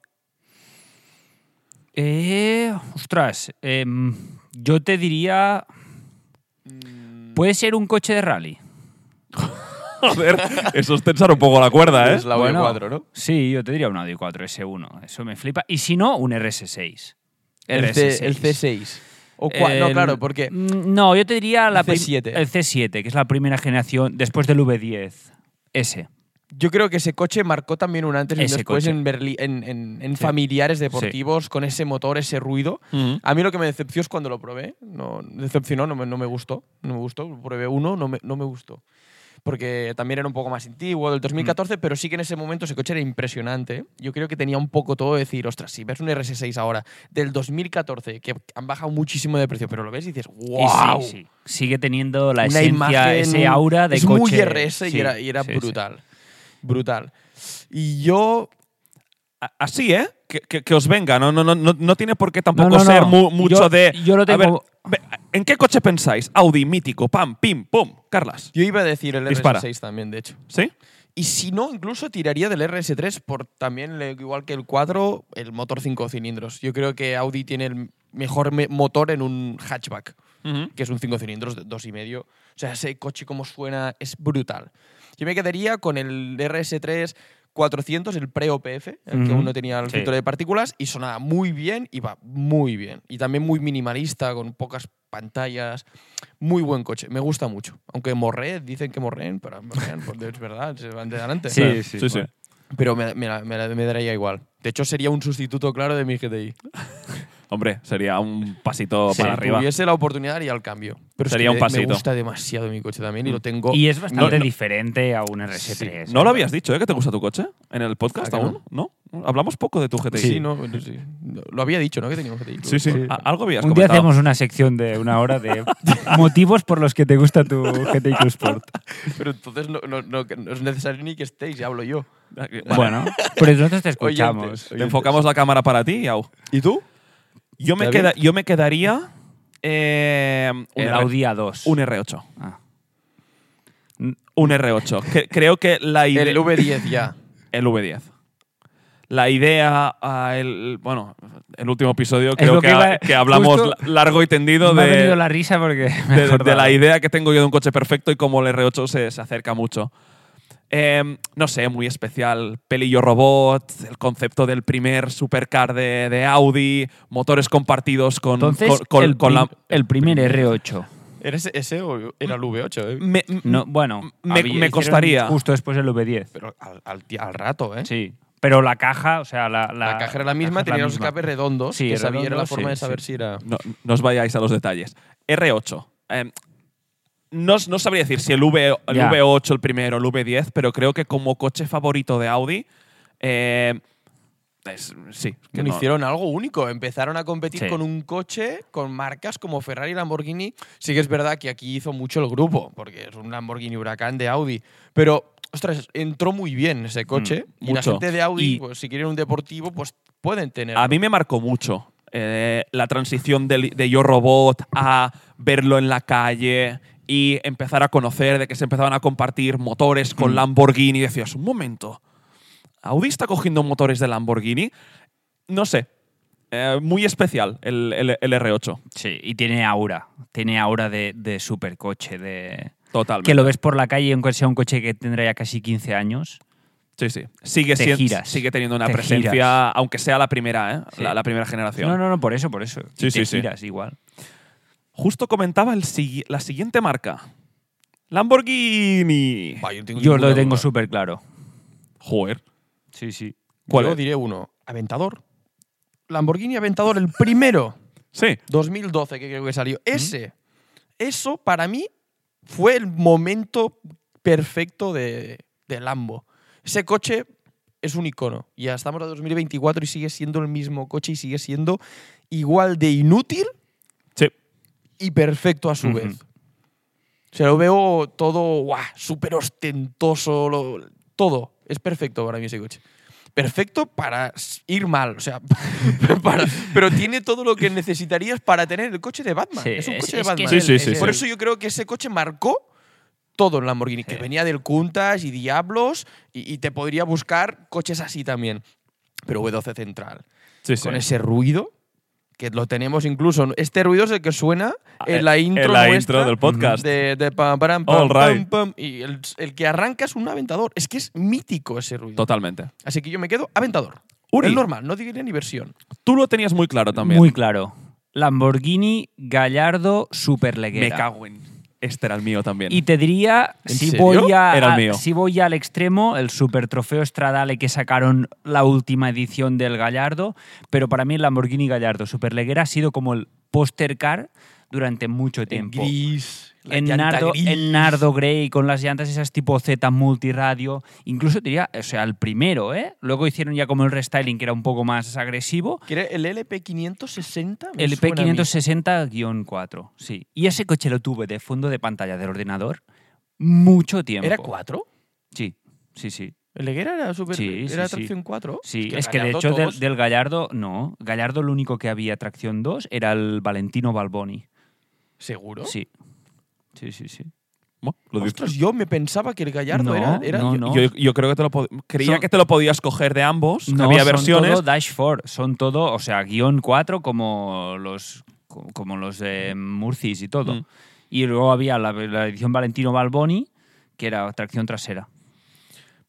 Speaker 3: Eh, ostras, em, yo te diría...
Speaker 1: Mm.
Speaker 3: Puede ser un coche de rally.
Speaker 1: Joder, eso es tensar un poco la cuerda, ¿eh?
Speaker 2: Es la
Speaker 3: Bueno,
Speaker 2: V4, ¿no?
Speaker 3: Sí, yo te diría un Audi 4 S1. Eso me flipa. Y si no, un RS6.
Speaker 2: El, C, el C6. O cua- no,
Speaker 3: El-
Speaker 2: claro, porque
Speaker 3: Eh, Mm, No, yo te diría la prim-
Speaker 2: C7.
Speaker 3: El C7, que es la primera generación después del V10. Ese.
Speaker 2: yo creo que ese coche marcó también un antes y un
Speaker 3: Ese
Speaker 2: después
Speaker 3: coche.
Speaker 2: en, Berlín, en, en- en familiares deportivos, con ese motor, ese ruido.
Speaker 1: Ujú.
Speaker 2: A mí lo que me decepcionó es cuando lo probé. No, decepcionó, no me, no me gustó. No me gustó. Probé uno, no me, no me gustó. Porque también era un poco más antiguo, del 2014, pero sí que en ese momento ese coche era impresionante. Yo creo que tenía un poco todo de decir, ostras, si ves un RS6 ahora del 2014, que han bajado muchísimo de precio, pero lo ves y dices,
Speaker 3: Y
Speaker 2: wow.
Speaker 3: sí, sí. Sigue teniendo la
Speaker 2: Una
Speaker 3: esencia,
Speaker 2: imagen,
Speaker 3: ese
Speaker 2: un-
Speaker 3: aura de
Speaker 2: es
Speaker 3: coche.
Speaker 2: muy RS
Speaker 3: Sí,
Speaker 2: y era, y era
Speaker 3: sí, sí.
Speaker 2: brutal. Brutal. Y yo
Speaker 1: A- Así, ¿eh? Que, que- que os venga, no, no, no, no, no tiene por qué tampoco
Speaker 3: No, no,
Speaker 1: ser
Speaker 3: no.
Speaker 1: mu- mucho
Speaker 3: Yo-
Speaker 1: de.
Speaker 3: yo lo
Speaker 1: A
Speaker 3: tengo-
Speaker 1: ver, ve- ¿En qué coche pensáis? Audi, mítico, pam, pim, pum. Carlas.
Speaker 2: Yo iba a decir el
Speaker 1: Dispara.
Speaker 2: RS6 también, de hecho.
Speaker 1: ¿Sí?
Speaker 2: Y si no, incluso tiraría del RS3 por también, le- igual que el 4, el motor 5 cilindros. Yo creo que Audi tiene el mejor me- motor en un hatchback,
Speaker 1: Ujú.
Speaker 2: que es un 5 cilindros, de dos y medio. O sea, ese coche como suena es brutal. Yo me quedaría con el RS3 400, el pre-OPF, el que
Speaker 3: Ujú.
Speaker 2: uno tenía el
Speaker 3: Sí.
Speaker 2: filtro de partículas, y sonaba muy bien y va muy bien. Y también muy minimalista, con pocas pantallas. Muy buen coche, me gusta mucho. Aunque morré, dicen que morren, pero morren, porque es verdad, se van de delante.
Speaker 3: Sí, sí,
Speaker 1: Sí, sí.
Speaker 3: bueno.
Speaker 2: Pero me, me, la- me, la- me daría igual. De hecho, sería un sustituto claro de mi GTI.
Speaker 1: Hombre, sería un pasito
Speaker 3: Sí,
Speaker 1: para
Speaker 2: si
Speaker 1: arriba.
Speaker 2: tuviese la oportunidad, haría el cambio. Pero es
Speaker 1: Sería
Speaker 2: que
Speaker 1: un
Speaker 2: me-
Speaker 1: pasito. Mm.
Speaker 2: Me gusta demasiado mi coche también y lo tengo.
Speaker 3: Y es bastante
Speaker 1: No, no.
Speaker 3: diferente a un RS3.
Speaker 1: eh, No lo habías dicho, ¿eh? Que te gusta tu coche en el podcast
Speaker 2: Ah, que
Speaker 1: aún, ¿no? Hablamos poco de tu GTI.
Speaker 2: Sí, no, no, sí. Lo había dicho, ¿no? Que teníamos GTI.
Speaker 1: sí. sí.
Speaker 4: Sí.
Speaker 1: A- Algo habías
Speaker 4: Un día
Speaker 1: comentado.
Speaker 4: hacemos una sección de una hora de motivos por los que te gusta tu GTI Club Sport.
Speaker 2: Pero entonces no, no- no- no es necesario ni que estéis, ya hablo yo.
Speaker 1: Eh, Vale.
Speaker 4: Bueno, pero
Speaker 3: pues
Speaker 4: nosotros te
Speaker 2: Oyentes,
Speaker 4: escuchamos.
Speaker 1: Te enfocamos la cámara para ti, Yao. ¿Y tú? Yo me,
Speaker 2: ¿David?
Speaker 1: queda, yo me quedaría eh, un,
Speaker 3: El
Speaker 1: R-
Speaker 3: Audi A2.
Speaker 1: un R8.
Speaker 3: Ah.
Speaker 1: Un R8. Cre- creo que la idea.
Speaker 2: El V10 ya.
Speaker 1: el V10. La idea, ah, el, bueno, el último episodio
Speaker 4: Es
Speaker 1: creo
Speaker 4: lo
Speaker 1: que,
Speaker 4: que
Speaker 1: ha-
Speaker 4: iba-
Speaker 1: que hablamos
Speaker 4: justo
Speaker 1: la- largo y tendido
Speaker 4: Me ha venido
Speaker 1: de,
Speaker 4: la risa porque me he
Speaker 1: de- de
Speaker 4: acordado.
Speaker 1: la idea que tengo yo de un coche perfecto y cómo el R8 se, se acerca mucho. Em, no sé, muy especial. Pelillo robot, el concepto del primer supercar de, de Audi, motores compartidos con,
Speaker 3: Entonces,
Speaker 1: con- con-
Speaker 3: el,
Speaker 1: con
Speaker 3: prim-
Speaker 1: la...
Speaker 3: el primer R8.
Speaker 2: ¿Era ese, ese o era el V8? eh?
Speaker 1: Me-
Speaker 3: No, bueno,
Speaker 1: Me-
Speaker 3: había-
Speaker 1: me
Speaker 3: hicieron
Speaker 1: costaría.
Speaker 4: Justo después el V10.
Speaker 2: Pero al, al ti- al rato, ¿eh?
Speaker 3: Sí, pero la caja, o sea, la,
Speaker 2: La, caja era la misma,
Speaker 3: caja es
Speaker 2: tenía los
Speaker 3: misma.
Speaker 2: escapes redondos,
Speaker 3: Sí,
Speaker 2: que sabía era la
Speaker 3: redondos,
Speaker 2: forma
Speaker 3: sí,
Speaker 2: de saber
Speaker 3: sí.
Speaker 2: si era...
Speaker 1: No, no os vayáis a los detalles. R8. Em, no, os- no sabría decir si el, v, el
Speaker 3: Ya.
Speaker 1: V8 el primero, el V10, pero creo que como coche favorito de Audi. eh, es- sí, que
Speaker 2: Que no hicieron algo único. Empezaron a competir
Speaker 3: Sí.
Speaker 2: con un coche, con marcas como Ferrari y Lamborghini. Sí que es verdad que aquí hizo mucho el grupo, porque es un Lamborghini Huracán de Audi. Pero, ostras, entró muy bien ese coche. Mm, y la
Speaker 1: mucho.
Speaker 2: gente de Audi,
Speaker 1: Y-
Speaker 2: pues, si quieren un deportivo, pues pueden tener.
Speaker 1: A mí me marcó mucho eh, la transición del- de, Yo Robot a verlo en la calle y empezar a conocer de que se empezaban a compartir motores
Speaker 3: Mm.
Speaker 1: con Lamborghini. Y decías, un momento, Audi está cogiendo motores de Lamborghini. No sé, eh, muy especial el, el- el R8,
Speaker 3: Sí, y tiene aura. Tiene aura de, de supercoche. De...
Speaker 1: totalmente.
Speaker 3: Que lo ves por la calle, aunque sea un coche que tendrá ya casi 15 años.
Speaker 1: sí, sí. Sigue,
Speaker 3: Te
Speaker 1: sien-
Speaker 3: giras.
Speaker 1: sigue teniendo una
Speaker 3: Te
Speaker 1: presencia,
Speaker 3: giras.
Speaker 1: aunque sea la primera, ¿eh?
Speaker 3: Sí.
Speaker 1: la, la primera generación.
Speaker 3: No, no, no, por eso, por eso.
Speaker 1: Sí,
Speaker 3: Y
Speaker 1: sí,
Speaker 3: te
Speaker 1: sí.
Speaker 3: giras igual.
Speaker 1: Justo comentaba el sigui- la siguiente marca. Lamborghini.
Speaker 2: Va, yo tengo
Speaker 3: Yo lo
Speaker 2: ninguna
Speaker 3: tengo
Speaker 2: duda.
Speaker 3: súper claro.
Speaker 1: Joder.
Speaker 3: Sí, sí.
Speaker 1: ¿Cuál
Speaker 2: Yo
Speaker 1: es?
Speaker 2: diré uno. Aventador. Lamborghini Aventador, el primero.
Speaker 1: Sí.
Speaker 2: 2012 que creo que salió. Ese, eso para mí fue el momento perfecto de, de Lambo. Ese coche es un icono. Ya estamos a 2024 y sigue siendo el mismo coche y sigue siendo igual de inútil
Speaker 1: Sí.
Speaker 2: y perfecto a su
Speaker 3: Ujú.
Speaker 2: vez. O sea, lo veo todo guau, súper ostentoso, lo- todo. Es perfecto para mí ese coche. Perfecto para s- ir mal, o sea, para- pero tiene todo lo que necesitarías para tener el coche de Batman.
Speaker 3: Sí,
Speaker 2: es un
Speaker 3: es-
Speaker 2: coche
Speaker 3: es
Speaker 2: de
Speaker 3: que
Speaker 2: Batman.
Speaker 3: es
Speaker 1: Sí, sí, sí,
Speaker 3: el-
Speaker 1: sí.
Speaker 2: Por eso yo creo que ese coche marcó todo en Lamborghini, que
Speaker 3: Sí.
Speaker 2: venía del Kuntas y Diablos y, y te podría buscar coches así también. Pero V12 Central,
Speaker 1: Sí, sí.
Speaker 2: con ese ruido, que lo tenemos incluso. Este ruido es el que suena
Speaker 3: Ah,
Speaker 1: eh,
Speaker 2: en la intro,
Speaker 1: en la
Speaker 2: nuestra
Speaker 1: intro del podcast.
Speaker 2: De, de pam, param, pam,
Speaker 1: All right.
Speaker 2: pam, pam, y el, el que arranca es un aventador. Es que es mítico ese ruido.
Speaker 1: Totalmente.
Speaker 2: Así que yo me quedo aventador.
Speaker 1: Uri.
Speaker 2: El normal, no diría ni versión.
Speaker 1: Tú lo tenías muy claro también.
Speaker 3: Muy claro. Lamborghini Gallardo Superleguera.
Speaker 1: Me cago en. Este era el mío también.
Speaker 3: Y te diría,
Speaker 1: ¿En
Speaker 3: si
Speaker 1: serio?
Speaker 3: voy, a,
Speaker 1: Era el
Speaker 3: a-
Speaker 1: mío.
Speaker 3: si voy al extremo, el super trofeo Stradale que sacaron la última edición del Gallardo, pero para mí el Lamborghini Gallardo Superleguera ha sido como el póster car durante mucho tiempo.
Speaker 2: gris. la
Speaker 3: En
Speaker 2: llanta
Speaker 3: nardo,
Speaker 2: gris.
Speaker 3: en nardo Grey, con las llantas esas tipo Z multiradio. Incluso te diría, o sea, el primero, ¿eh? Luego hicieron ya como el restyling, que era un poco más agresivo.
Speaker 2: Que era El LP560. me
Speaker 3: El
Speaker 2: suena a mí.
Speaker 3: P560-4, sí. Y ese coche lo tuve de fondo de pantalla del ordenador mucho tiempo.
Speaker 2: ¿Era 4?
Speaker 3: Sí, sí, sí.
Speaker 2: ¿El Leguera era super.
Speaker 3: Sí, sí,
Speaker 2: ¿Era
Speaker 3: sí.
Speaker 2: tracción 4?
Speaker 3: Sí, es que de hecho del, del Gallardo, no. Gallardo lo único que había tracción 2 era el Valentino Balboni.
Speaker 2: ¿Seguro?
Speaker 3: Sí. Sí, sí, sí.
Speaker 1: Bueno, lo di-
Speaker 2: Ostras, yo me pensaba que el Gallardo
Speaker 3: No,
Speaker 2: era. era-
Speaker 3: no,
Speaker 2: yo-
Speaker 3: no.
Speaker 1: yo, yo creo que te lo pod- creía
Speaker 3: Son-
Speaker 1: que te lo podías coger de ambos.
Speaker 3: No,
Speaker 1: Había
Speaker 3: son
Speaker 1: versiones.
Speaker 3: todo Dash 4, son todo, o sea, guión 4 como los co- como los de Murcis y todo.
Speaker 1: Mm.
Speaker 3: Y luego había la, la edición Valentino Balboni, que era tracción trasera.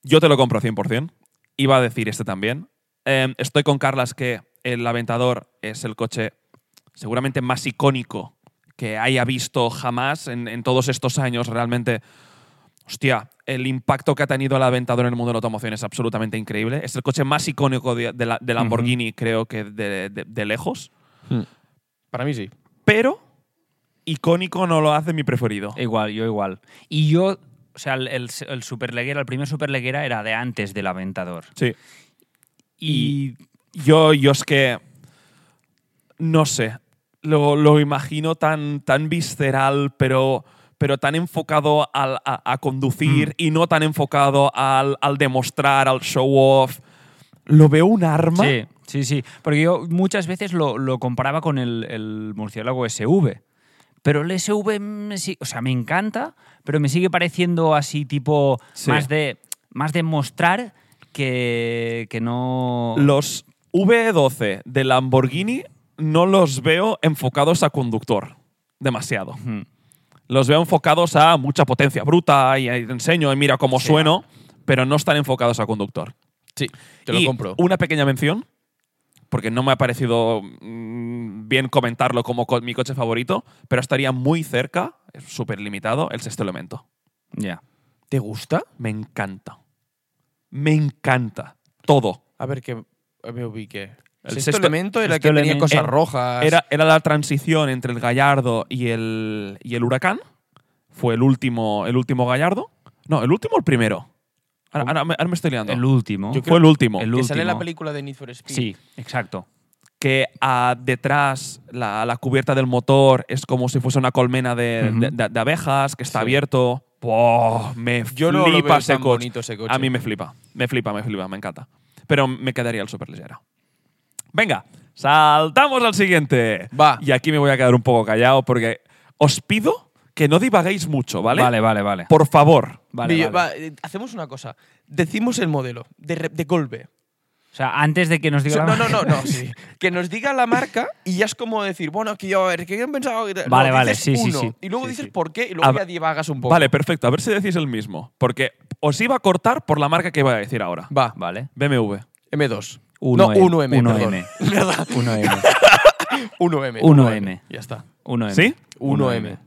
Speaker 1: Yo te lo compro 100%. Iba a decir este también. Eh, estoy con Carlas que el Aventador es el coche seguramente más icónico que haya visto jamás en, en todos estos años. Realmente, hostia, el impacto que ha tenido el Aventador en el mundo de la automoción es absolutamente increíble. Es el coche más icónico de, de la- de Lamborghini, creo que de, de- de lejos.
Speaker 2: Hmm. Para mí sí.
Speaker 1: Pero icónico no lo hace mi preferido.
Speaker 3: Igual, yo igual. Y yo, o sea, el, el, el superleguera, el primer superleguera era de antes del Aventador.
Speaker 1: Sí. Y yo, yo es que. No sé. Lo, lo imagino tan, tan visceral, pero, pero tan enfocado al, a, a
Speaker 3: Mm.
Speaker 1: conducir y no tan enfocado al, al demostrar, al show off. Lo veo un arma.
Speaker 3: Sí, sí, sí. Porque yo muchas veces lo, lo comparaba con el, el murciélago SV. Pero el SV, me si- o sea, me encanta, pero me sigue pareciendo así, tipo,
Speaker 1: Sí.
Speaker 3: más, de, más de mostrar que, que no.
Speaker 1: Los V12 de Lamborghini no los veo enfocados a conductor. Demasiado.
Speaker 3: Mm.
Speaker 1: Los veo enfocados a mucha potencia bruta y ahí te enseño y mira cómo
Speaker 3: Sí.
Speaker 1: sueno, pero no están enfocados a conductor.
Speaker 2: Sí, te lo
Speaker 1: Y
Speaker 2: compro.
Speaker 1: Una pequeña mención, porque no me ha parecido mm, bien comentarlo como co- mi coche favorito, pero estaría muy cerca, es súper limitado, el sexto elemento.
Speaker 3: Ya.
Speaker 2: ¿Te gusta?
Speaker 1: Me encanta. Me encanta. Todo.
Speaker 2: A ver que me ubiqué.
Speaker 1: El
Speaker 2: El sexto,
Speaker 1: sexto-
Speaker 2: elemento era el
Speaker 3: sexto
Speaker 2: que tenía
Speaker 3: elemen-
Speaker 2: cosas
Speaker 3: eh,
Speaker 2: rojas.
Speaker 1: Era, era la transición entre el Gallardo y el, y el Huracán. Fue el último, el último Gallardo. No, el último o el primero. Ahora, ahora me, ahora me estoy liando.
Speaker 3: El último.
Speaker 2: Yo
Speaker 1: Fue el último.
Speaker 3: el
Speaker 2: que sale en la
Speaker 3: último.
Speaker 2: película de Need for Speed.
Speaker 3: Sí, exacto.
Speaker 1: que ah, detrás la, la cubierta del motor es como si fuese una colmena de,
Speaker 3: Ujú.
Speaker 1: de- de- de abejas que está abierto. Buah, me
Speaker 2: Yo no
Speaker 1: flipa
Speaker 2: lo veo
Speaker 1: ese
Speaker 2: tan
Speaker 1: coche.
Speaker 2: bonito ese coche.
Speaker 1: A mí me flipa. Me flipa, me flipa, me encanta. Pero me quedaría el superligera. Venga, saltamos al siguiente.
Speaker 2: Va.
Speaker 1: Y aquí me voy a quedar un poco callado porque os pido que no divaguéis mucho, ¿vale?
Speaker 3: Vale, vale, vale.
Speaker 1: Por favor.
Speaker 3: Vale, vale.
Speaker 2: Millo- va, eh, hacemos una cosa. Decimos el modelo de, re- de golpe.
Speaker 3: O sea, antes de que nos
Speaker 2: O
Speaker 3: diga
Speaker 2: sea,
Speaker 3: la
Speaker 2: no, no, no,
Speaker 3: marca.
Speaker 2: no. sí. Que nos diga la marca y ya es como decir, bueno, es que yo, a ver, que yo he pensado. que te-
Speaker 3: Vale,
Speaker 2: no,
Speaker 3: vale,
Speaker 2: dices
Speaker 3: sí, sí,
Speaker 2: uno,
Speaker 3: sí.
Speaker 2: Y luego
Speaker 3: Sí,
Speaker 2: dices
Speaker 3: sí. Ah,
Speaker 2: por qué y luego
Speaker 1: A-
Speaker 2: ya divagas un poco.
Speaker 1: Vale, perfecto. A ver si decís el mismo. Porque os iba a cortar por la marca que iba a decir ahora.
Speaker 2: Va,
Speaker 3: Vale.
Speaker 1: BMW.
Speaker 2: M2.
Speaker 3: Uno
Speaker 2: no,
Speaker 3: M,
Speaker 2: 1M.
Speaker 3: uno
Speaker 2: 1M.
Speaker 3: M.
Speaker 2: ¿Verdad?
Speaker 4: 1M.
Speaker 2: 1M.
Speaker 3: Uno
Speaker 2: 1M.
Speaker 3: M.
Speaker 2: Ya está.
Speaker 3: 1M.
Speaker 1: ¿Sí?
Speaker 2: 1M.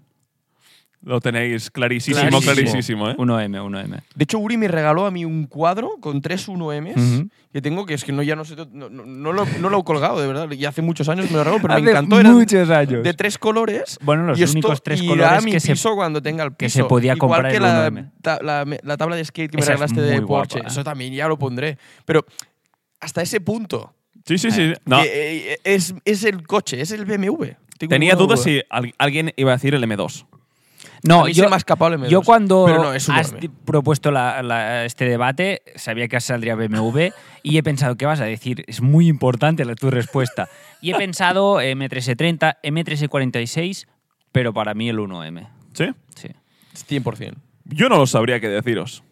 Speaker 1: Lo tenéis clarísimo,
Speaker 2: Clarísimo.
Speaker 1: clarísimo, ¿eh?
Speaker 3: 1M, 1M.
Speaker 2: De hecho, Uri me regaló a mí un cuadro con tres 1Ms
Speaker 3: Ujú.
Speaker 2: que tengo que es que no ya no sé, no, no- no lo, no lo he colgado, de verdad. Y hace muchos años me lo regaló, pero me
Speaker 4: Hace
Speaker 2: encantó. Eran
Speaker 4: muchos años.
Speaker 2: De tres colores.
Speaker 3: Bueno, los
Speaker 2: y esto
Speaker 3: únicos tres
Speaker 2: irá
Speaker 3: colores
Speaker 2: a mi
Speaker 3: que se-
Speaker 2: piso cuando tenga el piso.
Speaker 3: que se podía
Speaker 2: Igual
Speaker 3: comprar
Speaker 2: que
Speaker 3: el
Speaker 2: la,
Speaker 3: 1M.
Speaker 2: ta- la, me- la tabla de skate que me
Speaker 3: Esa es
Speaker 2: regalaste de
Speaker 3: muy guapa,
Speaker 2: Porsche.
Speaker 3: ¿eh?
Speaker 2: Eso también ya lo pondré. Pero hasta ese punto.
Speaker 1: Sí, sí, sí. No.
Speaker 2: que, eh, es, es el coche, es el BMW. Tengo
Speaker 1: Tenía
Speaker 2: una
Speaker 1: dudas
Speaker 2: duda.
Speaker 1: si al- alguien iba a decir el M2.
Speaker 3: No,
Speaker 2: A mí se
Speaker 3: yo,
Speaker 2: me ha escapado
Speaker 1: Este
Speaker 2: el M2,
Speaker 3: yo cuando
Speaker 2: pero no, es un
Speaker 3: has
Speaker 2: M.
Speaker 3: di- propuesto la- la- este debate, sabía que saldría BMW y he pensado, ¿qué vas a decir? Es muy importante la, tu respuesta. Y he pensado eh, M3E30, M3E46, pero para mí el 1M.
Speaker 1: ¿Sí?
Speaker 3: Sí.
Speaker 2: 100%.
Speaker 1: Yo no lo sabría qué deciros.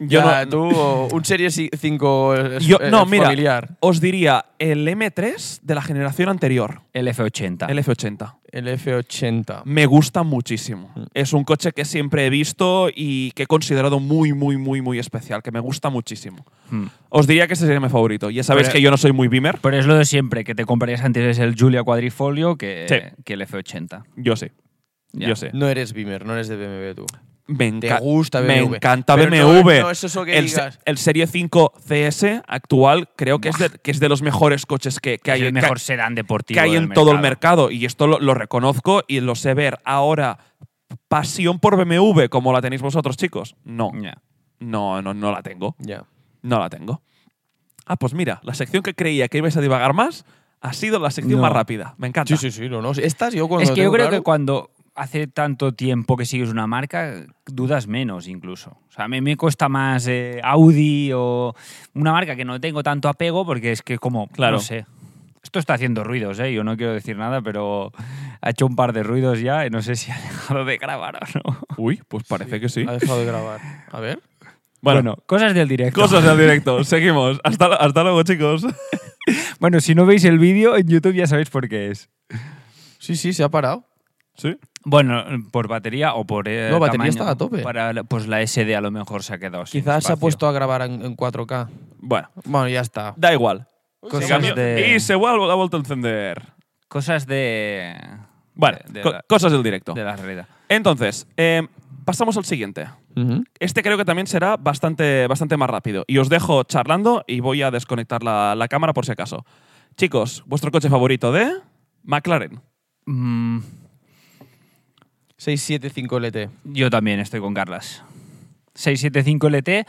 Speaker 2: Yo
Speaker 1: Yo
Speaker 2: ya,
Speaker 1: no-
Speaker 2: tú, o un Series 5 eh,
Speaker 1: Yo-
Speaker 2: eh,
Speaker 1: no, mira,
Speaker 2: familiar.
Speaker 1: os diría el M3 de la generación anterior,
Speaker 3: El F80.
Speaker 1: el F80.
Speaker 2: El F80.
Speaker 1: Me gusta muchísimo. Es un coche que siempre he visto y que he considerado muy, muy, muy, muy especial, que me gusta muchísimo.
Speaker 3: Mm.
Speaker 1: Os diría que ese sería mi favorito. Ya sabéis
Speaker 3: Pero-
Speaker 1: que yo no soy muy beamer,
Speaker 3: Pero es lo de siempre, que te comprarías antes el Giulia Quadrifoglio que,
Speaker 1: Sí.
Speaker 3: que el F80.
Speaker 1: yo sí.
Speaker 3: Ya.
Speaker 1: Yo sé.
Speaker 2: No eres Bimer, no eres de BMW tú.
Speaker 1: Me,
Speaker 2: Te
Speaker 1: enca-
Speaker 2: gusta
Speaker 1: me
Speaker 2: BMW.
Speaker 1: encanta
Speaker 2: Pero
Speaker 1: BMW.
Speaker 2: No, no es eso que
Speaker 1: el, se-
Speaker 2: digas.
Speaker 1: el Serie 5 CS actual creo que es, de, que es de los mejores coches que, que
Speaker 3: Es
Speaker 1: hay,
Speaker 3: el mejor
Speaker 1: que-
Speaker 3: sedán
Speaker 1: que
Speaker 3: deportivo.
Speaker 1: hay
Speaker 3: del
Speaker 1: en todo el mercado. Y esto lo, lo reconozco y lo sé ver. Ahora, pasión por BMW como la tenéis vosotros, chicos. No,
Speaker 2: Mm.
Speaker 3: Ya.
Speaker 1: no, no, no la tengo.
Speaker 2: Ya.
Speaker 1: No la tengo. Ah, pues mira, la sección que creía que ibais a divagar más ha sido la sección
Speaker 3: No.
Speaker 1: más rápida. Me encanta.
Speaker 2: Sí, sí, sí. No, no. Estas yo cuando
Speaker 3: Es que yo
Speaker 2: tengo
Speaker 3: creo
Speaker 2: claro-
Speaker 3: que cuando hace tanto tiempo que sigues una marca, dudas menos incluso. O sea, a mí me cuesta más eh, Audi o una marca que no tengo tanto apego porque es que como,
Speaker 1: Claro.
Speaker 3: no sé. Esto está haciendo ruidos, ¿eh? Yo no quiero decir nada, pero ha hecho un par de ruidos ya y no sé si ha dejado de grabar o no.
Speaker 1: Uy, pues parece que sí.
Speaker 2: Ha dejado de grabar. A ver.
Speaker 1: Bueno,
Speaker 3: cosas del directo.
Speaker 1: cosas del directo. Seguimos. Hasta, hasta luego, chicos.
Speaker 4: Bueno, si no veis el vídeo en YouTube ya sabéis por qué es.
Speaker 2: Sí, sí, se ha parado.
Speaker 1: Sí.
Speaker 3: Bueno, por batería o por eh,
Speaker 2: No,
Speaker 3: tamaño.
Speaker 2: batería está a tope.
Speaker 3: Para la- pues la SD a lo mejor se ha quedado sin
Speaker 2: Quizás se ha
Speaker 3: espacio.
Speaker 2: puesto a grabar en, en 4K.
Speaker 1: Bueno,
Speaker 2: Bueno, ya está.
Speaker 1: da igual.
Speaker 3: Cosas
Speaker 1: Se cambió.
Speaker 3: de-
Speaker 1: Y se vuelve, ha vuelto a encender.
Speaker 3: Cosas de...
Speaker 1: Vale,
Speaker 3: de- de
Speaker 1: co-
Speaker 3: la-
Speaker 1: cosas del directo.
Speaker 3: de la realidad.
Speaker 1: Entonces, eh, pasamos al siguiente.
Speaker 2: Ujú.
Speaker 1: Este creo que también será bastante, bastante más rápido. Y os dejo charlando y voy a desconectar la, la cámara por si acaso. Chicos, vuestro coche favorito de McLaren.
Speaker 3: Mm,
Speaker 2: 675 LT.
Speaker 3: Yo también estoy con Carlas. 675 LT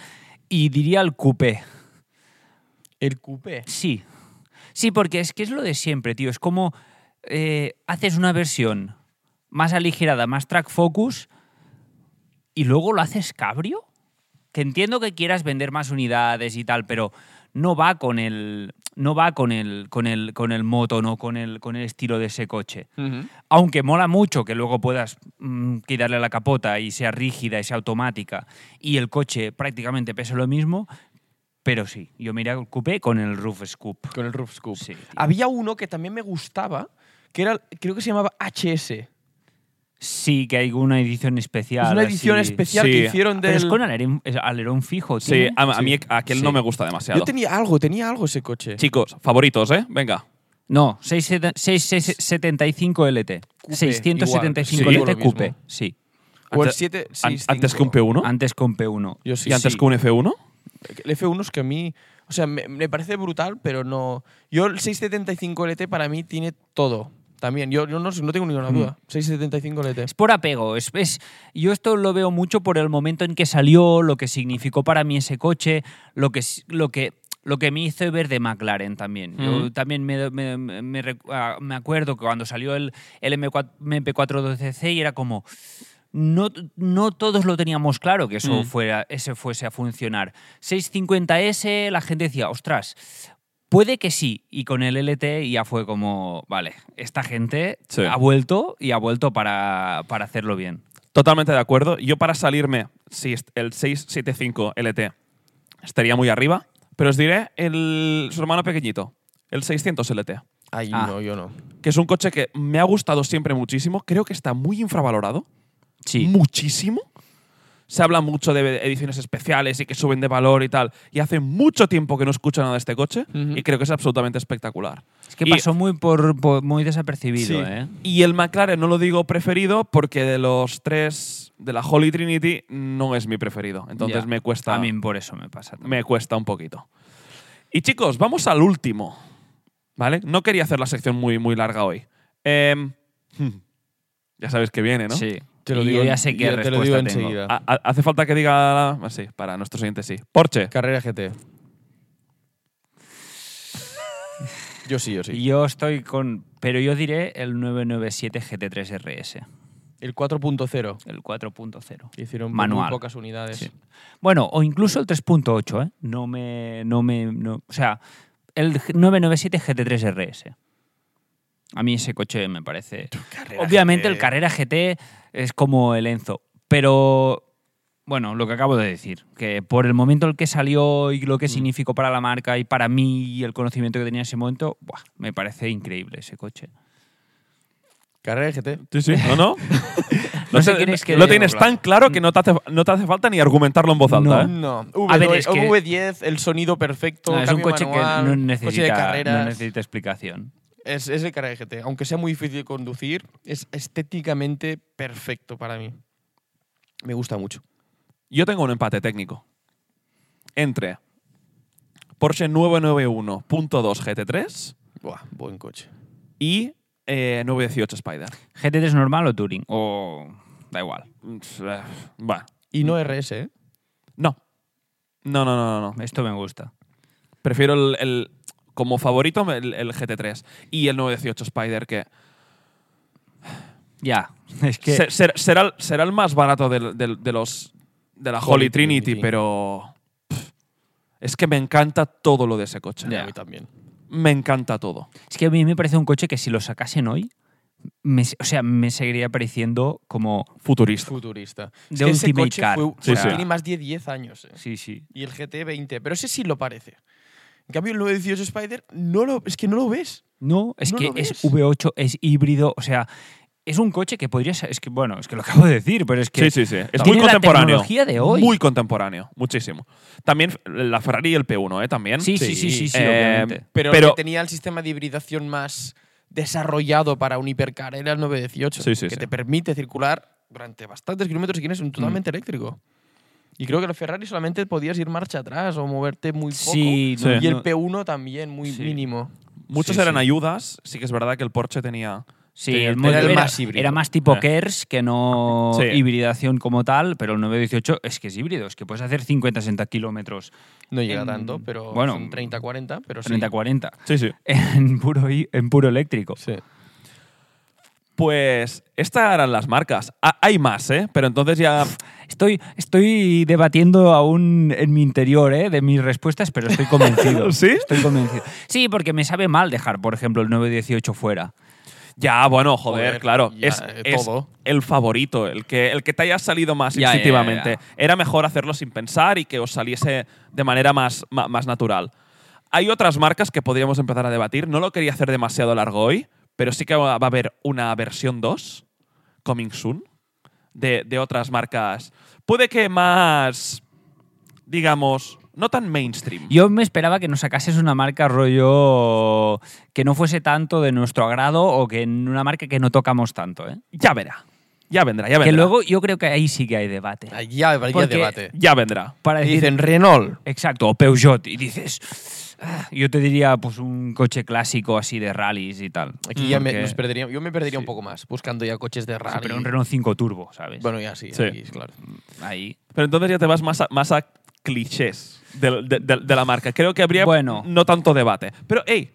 Speaker 3: y diría el coupé.
Speaker 2: El coupé.
Speaker 3: Sí. Sí, porque es que es lo de siempre, tío. Es como eh, haces una versión más aligerada, más track focus, y luego lo haces cabrio. Que entiendo que quieras vender más unidades y tal, pero no va con el. No va con el. con el. con el moto, no con el. con el estilo de ese coche. Aunque mola mucho que luego puedas mm, quitarle la capota y sea rígida y sea automática y el coche prácticamente pese lo mismo, pero sí, yo miré el coupé con el roof scoop.
Speaker 2: Con el roof scoop.
Speaker 3: Sí, tío.
Speaker 2: Había uno que también me gustaba, que era, creo que se llamaba HS.
Speaker 3: Sí, que hay una edición especial.
Speaker 2: es una edición
Speaker 3: así.
Speaker 2: especial
Speaker 1: Sí.
Speaker 2: que hicieron
Speaker 3: Pero
Speaker 2: del...
Speaker 3: es con alerón, es alerón fijo,
Speaker 1: Sí,
Speaker 3: tiene.
Speaker 1: a, a mí aquel no
Speaker 3: Sí.
Speaker 1: me gusta demasiado.
Speaker 2: Yo tenía algo, tenía algo ese coche.
Speaker 1: Chicos, favoritos, ¿eh? Venga.
Speaker 3: No, 675 LT.
Speaker 2: Coupé,
Speaker 3: 675
Speaker 2: igual, sí,
Speaker 3: LT
Speaker 2: lo mismo.
Speaker 3: coupé, sí.
Speaker 2: O el
Speaker 1: Ante-
Speaker 2: 7,
Speaker 1: an- antes que un P1
Speaker 3: Antes con P1.
Speaker 2: Yo sí,
Speaker 1: y antes
Speaker 2: sí.
Speaker 1: que un F1.
Speaker 2: El F1 es que a mí, o sea, me, me parece brutal, pero no. Yo el 675 LT para mí tiene todo. También, yo, yo no, no tengo
Speaker 3: Mm.
Speaker 2: ninguna duda. 675 LT.
Speaker 3: Es por apego. Es, es- yo esto lo veo mucho por el momento en que salió, lo que significó para mí ese coche, lo que, s- lo que, lo que me hizo ver de McLaren también. Yo
Speaker 2: Mm.
Speaker 3: también me, me- me recu- ah, me acuerdo que cuando salió el, el M4 MP412C y era como... No, no todos lo teníamos claro que eso
Speaker 2: Mm.
Speaker 3: fuera, ese fuese a funcionar. 650S, la gente decía, ostras, Puede que sí, y con el LT ya fue como, vale, esta gente
Speaker 1: Sí.
Speaker 3: ha vuelto y ha vuelto para, para hacerlo bien.
Speaker 1: Totalmente de acuerdo. Yo para salirme, si est- el 675 LT estaría muy arriba, pero os diré el, su hermano pequeñito, el 600 LT,
Speaker 2: Ay,
Speaker 3: Ah.
Speaker 2: no, yo no.
Speaker 1: que es un coche que me ha gustado siempre muchísimo. Creo que está muy infravalorado.
Speaker 2: Mm,
Speaker 3: Sí.
Speaker 1: muchísimo. Se habla mucho de ediciones especiales y que suben de valor y tal. Y hace mucho tiempo que no escucho nada de este coche
Speaker 2: Ujú.
Speaker 1: y creo que es absolutamente espectacular.
Speaker 3: Es que
Speaker 1: Y-
Speaker 3: pasó muy, por, por- muy desapercibido,
Speaker 1: Sí.
Speaker 3: ¿eh?
Speaker 1: Y el McLaren no lo digo preferido porque de los tres de la Holy Trinity no es mi preferido. Entonces
Speaker 3: Ya.
Speaker 1: me
Speaker 2: Ah.
Speaker 1: cuesta,
Speaker 3: A mí por eso me pasa. también.
Speaker 1: me cuesta un poquito. Y chicos, vamos al último. ¿Vale? No quería hacer la sección muy, muy larga hoy. Em, hmm. ya sabéis que viene, ¿no?
Speaker 3: Sí.
Speaker 2: Te lo
Speaker 3: y
Speaker 2: digo
Speaker 3: yo ya
Speaker 2: en-
Speaker 3: sé qué
Speaker 2: yo
Speaker 3: respuesta
Speaker 2: te lo digo
Speaker 3: tengo.
Speaker 2: enseguida.
Speaker 1: A- a- hace falta que diga. ah, Sí, para nuestro siguiente sí. Porsche.
Speaker 2: Carrera GT. yo sí, yo sí.
Speaker 3: Yo estoy con... Pero yo diré el 997 GT3 RS,
Speaker 2: El 4.0.
Speaker 3: el 4.0.
Speaker 2: Hicieron
Speaker 3: Manual.
Speaker 2: muy pocas unidades.
Speaker 3: Sí. Bueno, o incluso el 3.8, ¿eh? No me... No me no- o sea, el 997 GT3 RS. A mí ese coche me parece... Obviamente el Carrera GT es como el Enzo, pero... Bueno, lo que acabo de decir, que por el momento en el que salió y lo que significó para la marca y para mí y el conocimiento que tenía en ese momento, buah, me parece increíble ese coche.
Speaker 2: Carrera GT.
Speaker 1: Sí, sí. ¿No, no?
Speaker 3: No sé
Speaker 1: te-
Speaker 3: quién es que Mm.
Speaker 1: Lo
Speaker 3: diga,
Speaker 1: tienes tan
Speaker 3: Blas.
Speaker 1: claro que no te hace, no te hace falta ni argumentarlo en voz alta, ¿eh?
Speaker 2: No.
Speaker 3: A ver,
Speaker 2: V2,
Speaker 3: es que-
Speaker 2: V10, el sonido perfecto.
Speaker 3: No, es un
Speaker 2: cambio
Speaker 3: coche
Speaker 2: manual,
Speaker 3: que no
Speaker 2: coche de
Speaker 3: necesita,
Speaker 2: carreras.
Speaker 3: no necesita explicación.
Speaker 2: Es, es el Carrera GT. Aunque sea muy difícil de conducir, es estéticamente perfecto para mí. Me gusta mucho.
Speaker 1: Yo tengo un empate técnico. Entre Porsche 991.2 GT3
Speaker 2: Buah, buen coche.
Speaker 1: y eh, 918 Spider.
Speaker 3: GT3 normal o Touring, o da igual.
Speaker 1: Mm, eh, Bueno,
Speaker 2: Y no RS, ¿eh?
Speaker 1: no. No, no, no, no. no.
Speaker 3: Esto me gusta.
Speaker 1: Prefiero el, el- como favorito el, el GT3 y el 918 Spider que
Speaker 3: Ya, es que
Speaker 1: Se- ser- será, el- será el más barato del- del- de los de la Holy,
Speaker 2: Holy
Speaker 1: Trinity,
Speaker 2: Trinity.
Speaker 1: pero pff, es que me encanta todo lo de ese coche.
Speaker 3: Ya.
Speaker 2: A mí también.
Speaker 1: Me encanta todo.
Speaker 3: es que a mí me parece un coche que si lo sacasen hoy, me- o sea, me seguiría pareciendo como
Speaker 1: Futurista.
Speaker 2: Futurista.
Speaker 3: De
Speaker 2: es que ese
Speaker 3: Ultimate
Speaker 2: coche
Speaker 3: Car.
Speaker 2: fue-
Speaker 1: Sí,
Speaker 2: fue-
Speaker 1: sí.
Speaker 2: tiene más de 10 años. ¿eh?
Speaker 3: sí, sí.
Speaker 2: Y el GT 20. Pero ese sí lo parece. En cambio, el 918 Spider no lo, es que no lo ves.
Speaker 3: No, es
Speaker 2: No
Speaker 3: que
Speaker 2: lo
Speaker 3: es
Speaker 2: ves.
Speaker 3: V8, es híbrido, o sea, es un coche que podría ser, es que bueno, es que lo acabo de decir, pero es que
Speaker 1: Sí, sí, sí. Es muy
Speaker 3: tiene la
Speaker 1: contemporáneo.
Speaker 3: tecnología de hoy.
Speaker 1: Muy contemporáneo. Muchísimo. También la Ferrari y el P1, ¿eh? También.
Speaker 3: sí, sí, sí, sí, sí,
Speaker 1: Eh,
Speaker 3: obviamente.
Speaker 2: Pero,
Speaker 1: Pero-
Speaker 2: el que tenía el sistema de hibridación más desarrollado para un hipercar era el 918,
Speaker 1: Sí, sí,
Speaker 2: que
Speaker 1: sí.
Speaker 2: te permite circular durante bastantes kilómetros y tienes un
Speaker 3: Mm.
Speaker 2: totalmente eléctrico. Y creo que el Ferrari solamente podías ir marcha atrás o moverte muy poco.
Speaker 3: Sí, no,
Speaker 1: Sí.
Speaker 2: Y el
Speaker 3: no-
Speaker 2: P1 también, muy
Speaker 3: Sí.
Speaker 2: mínimo.
Speaker 1: Muchos
Speaker 3: Sí,
Speaker 1: eran
Speaker 3: sí.
Speaker 1: ayudas. Sí que es verdad que el Porsche tenía
Speaker 3: Sí,
Speaker 2: Tenía-
Speaker 3: el
Speaker 2: era
Speaker 3: modelo
Speaker 2: el
Speaker 3: era,
Speaker 2: más híbrido.
Speaker 3: era más tipo
Speaker 1: Eh.
Speaker 3: KERS que no
Speaker 1: Sí.
Speaker 3: hibridación como tal, pero el 918 es que es híbrido, es que puedes hacer 50-60 kilómetros,
Speaker 2: No llega
Speaker 3: en-
Speaker 2: tanto, pero
Speaker 3: bueno,
Speaker 2: son 30, 40, pero Pues sí.
Speaker 3: 30-40,
Speaker 1: Sí, sí.
Speaker 3: en puro, hi- en puro eléctrico.
Speaker 2: Sí.
Speaker 1: Pues estas eran las marcas. Ah, hay más, ¿eh? Pero entonces ya.
Speaker 3: Estoy, estoy debatiendo aún en mi interior ¿eh? de mis respuestas, pero estoy convencido.
Speaker 1: ¿Sí?
Speaker 3: Estoy convencido. Sí, porque me sabe mal dejar, por ejemplo, el 918 fuera.
Speaker 1: Ya, bueno, joder,
Speaker 2: Joder,
Speaker 1: claro.
Speaker 2: ya,
Speaker 1: es,
Speaker 2: eh,
Speaker 1: es
Speaker 2: todo.
Speaker 1: el favorito, el que, el que te haya salido más
Speaker 3: Ya, ya, ya,
Speaker 1: instintivamente.
Speaker 3: ya.
Speaker 1: Era mejor hacerlo sin pensar y que os saliese de manera más, ma- más natural. Hay otras marcas que podríamos empezar a debatir. No lo quería hacer demasiado largo hoy, pero sí que va va a haber una versión 2, coming soon, de, de otras marcas. Puede que más, digamos, no tan mainstream.
Speaker 3: Yo me esperaba que nos sacases una marca rollo que no fuese tanto de nuestro agrado o que en una marca que no tocamos tanto. ¿eh?
Speaker 1: Ya verá. Ya vendrá, ya vendrá.
Speaker 3: Que luego yo creo que ahí sí que hay debate.
Speaker 2: Ahí ya habría
Speaker 3: Porque-
Speaker 2: debate.
Speaker 1: Ya vendrá.
Speaker 3: Para
Speaker 2: Y
Speaker 3: decir,
Speaker 2: Dicen Renault.
Speaker 3: Exacto, o Peugeot. Y dices, "Ah", yo te diría pues un coche clásico así de rallies y tal.
Speaker 2: Aquí ya me,
Speaker 3: Porque-
Speaker 2: nos perdería, yo me perdería un poco más, buscando ya coches de
Speaker 3: Mm, Sí,
Speaker 2: rally.
Speaker 3: pero un Renault 5 Turbo, ¿sabes? Mm,
Speaker 2: Bueno, ya sí,
Speaker 1: Sí.
Speaker 2: aquí, claro.
Speaker 3: Ahí.
Speaker 1: Pero entonces ya te vas más a, más a clichés del- de, de- de la marca. Creo que habría
Speaker 3: Bueno.
Speaker 1: no tanto debate. Pero, hey,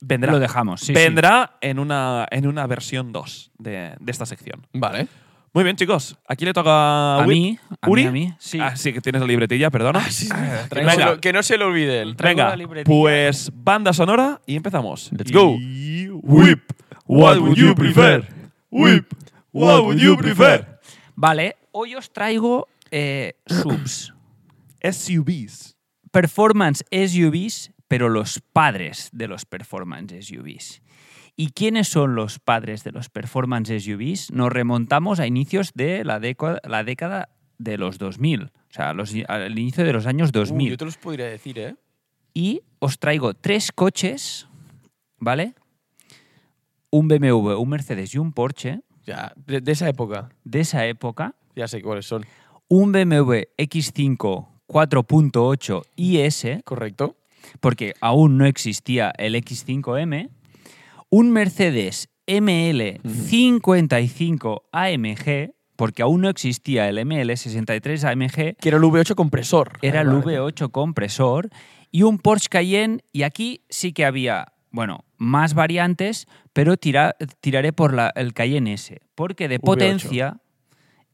Speaker 1: vendrá.
Speaker 3: Lo dejamos, sí,
Speaker 1: vendrá En, una, en una versión 2 de, de esta sección.
Speaker 2: Vale.
Speaker 1: Muy bien, chicos. Aquí le toca a,
Speaker 3: A
Speaker 1: Uri.
Speaker 3: mí, a mí,
Speaker 1: Uri.
Speaker 3: a mí, sí. Ah,
Speaker 1: Ah, que tienes la libretilla, perdona.
Speaker 2: Que no
Speaker 1: Venga.
Speaker 2: se lo- que no se lo olvide él.
Speaker 3: Traigo
Speaker 1: Venga,
Speaker 3: la libretilla.
Speaker 1: pues banda sonora y empezamos.
Speaker 2: Let's go.
Speaker 1: Y- Whip. What would you prefer? Whip. What would you prefer?
Speaker 3: Vale, hoy os traigo eh, subs.
Speaker 1: SUVs.
Speaker 3: Performance SUVs, pero los padres de los performance SUVs. ¿Y quiénes son los padres de los performance SUVs? Nos remontamos a inicios de la, década- la década de los 2000, o sea, los, al inicio de los años
Speaker 1: Uh,
Speaker 2: Uy,
Speaker 3: 2000.
Speaker 2: yo te los podría decir, ¿eh?
Speaker 3: y os traigo tres coches, ¿vale? Un BMW, un Mercedes y un Porsche
Speaker 2: Ya, de, de esa época.
Speaker 3: de esa época.
Speaker 2: Ya sé cuáles son.
Speaker 3: Un BMW X5 4.8 IS,
Speaker 2: Correcto.
Speaker 3: porque aún no existía el X5M. Un Mercedes ML 55 AMG, porque aún no existía el ML63 AMG.
Speaker 2: Que era el V8 compresor.
Speaker 3: Era el
Speaker 2: Vale.
Speaker 3: V8 compresor y un Porsche Cayenne. Y aquí sí que había, bueno, más variantes, pero tira- tiraré por la- el Cayenne S, porque de
Speaker 2: V8.
Speaker 3: potencia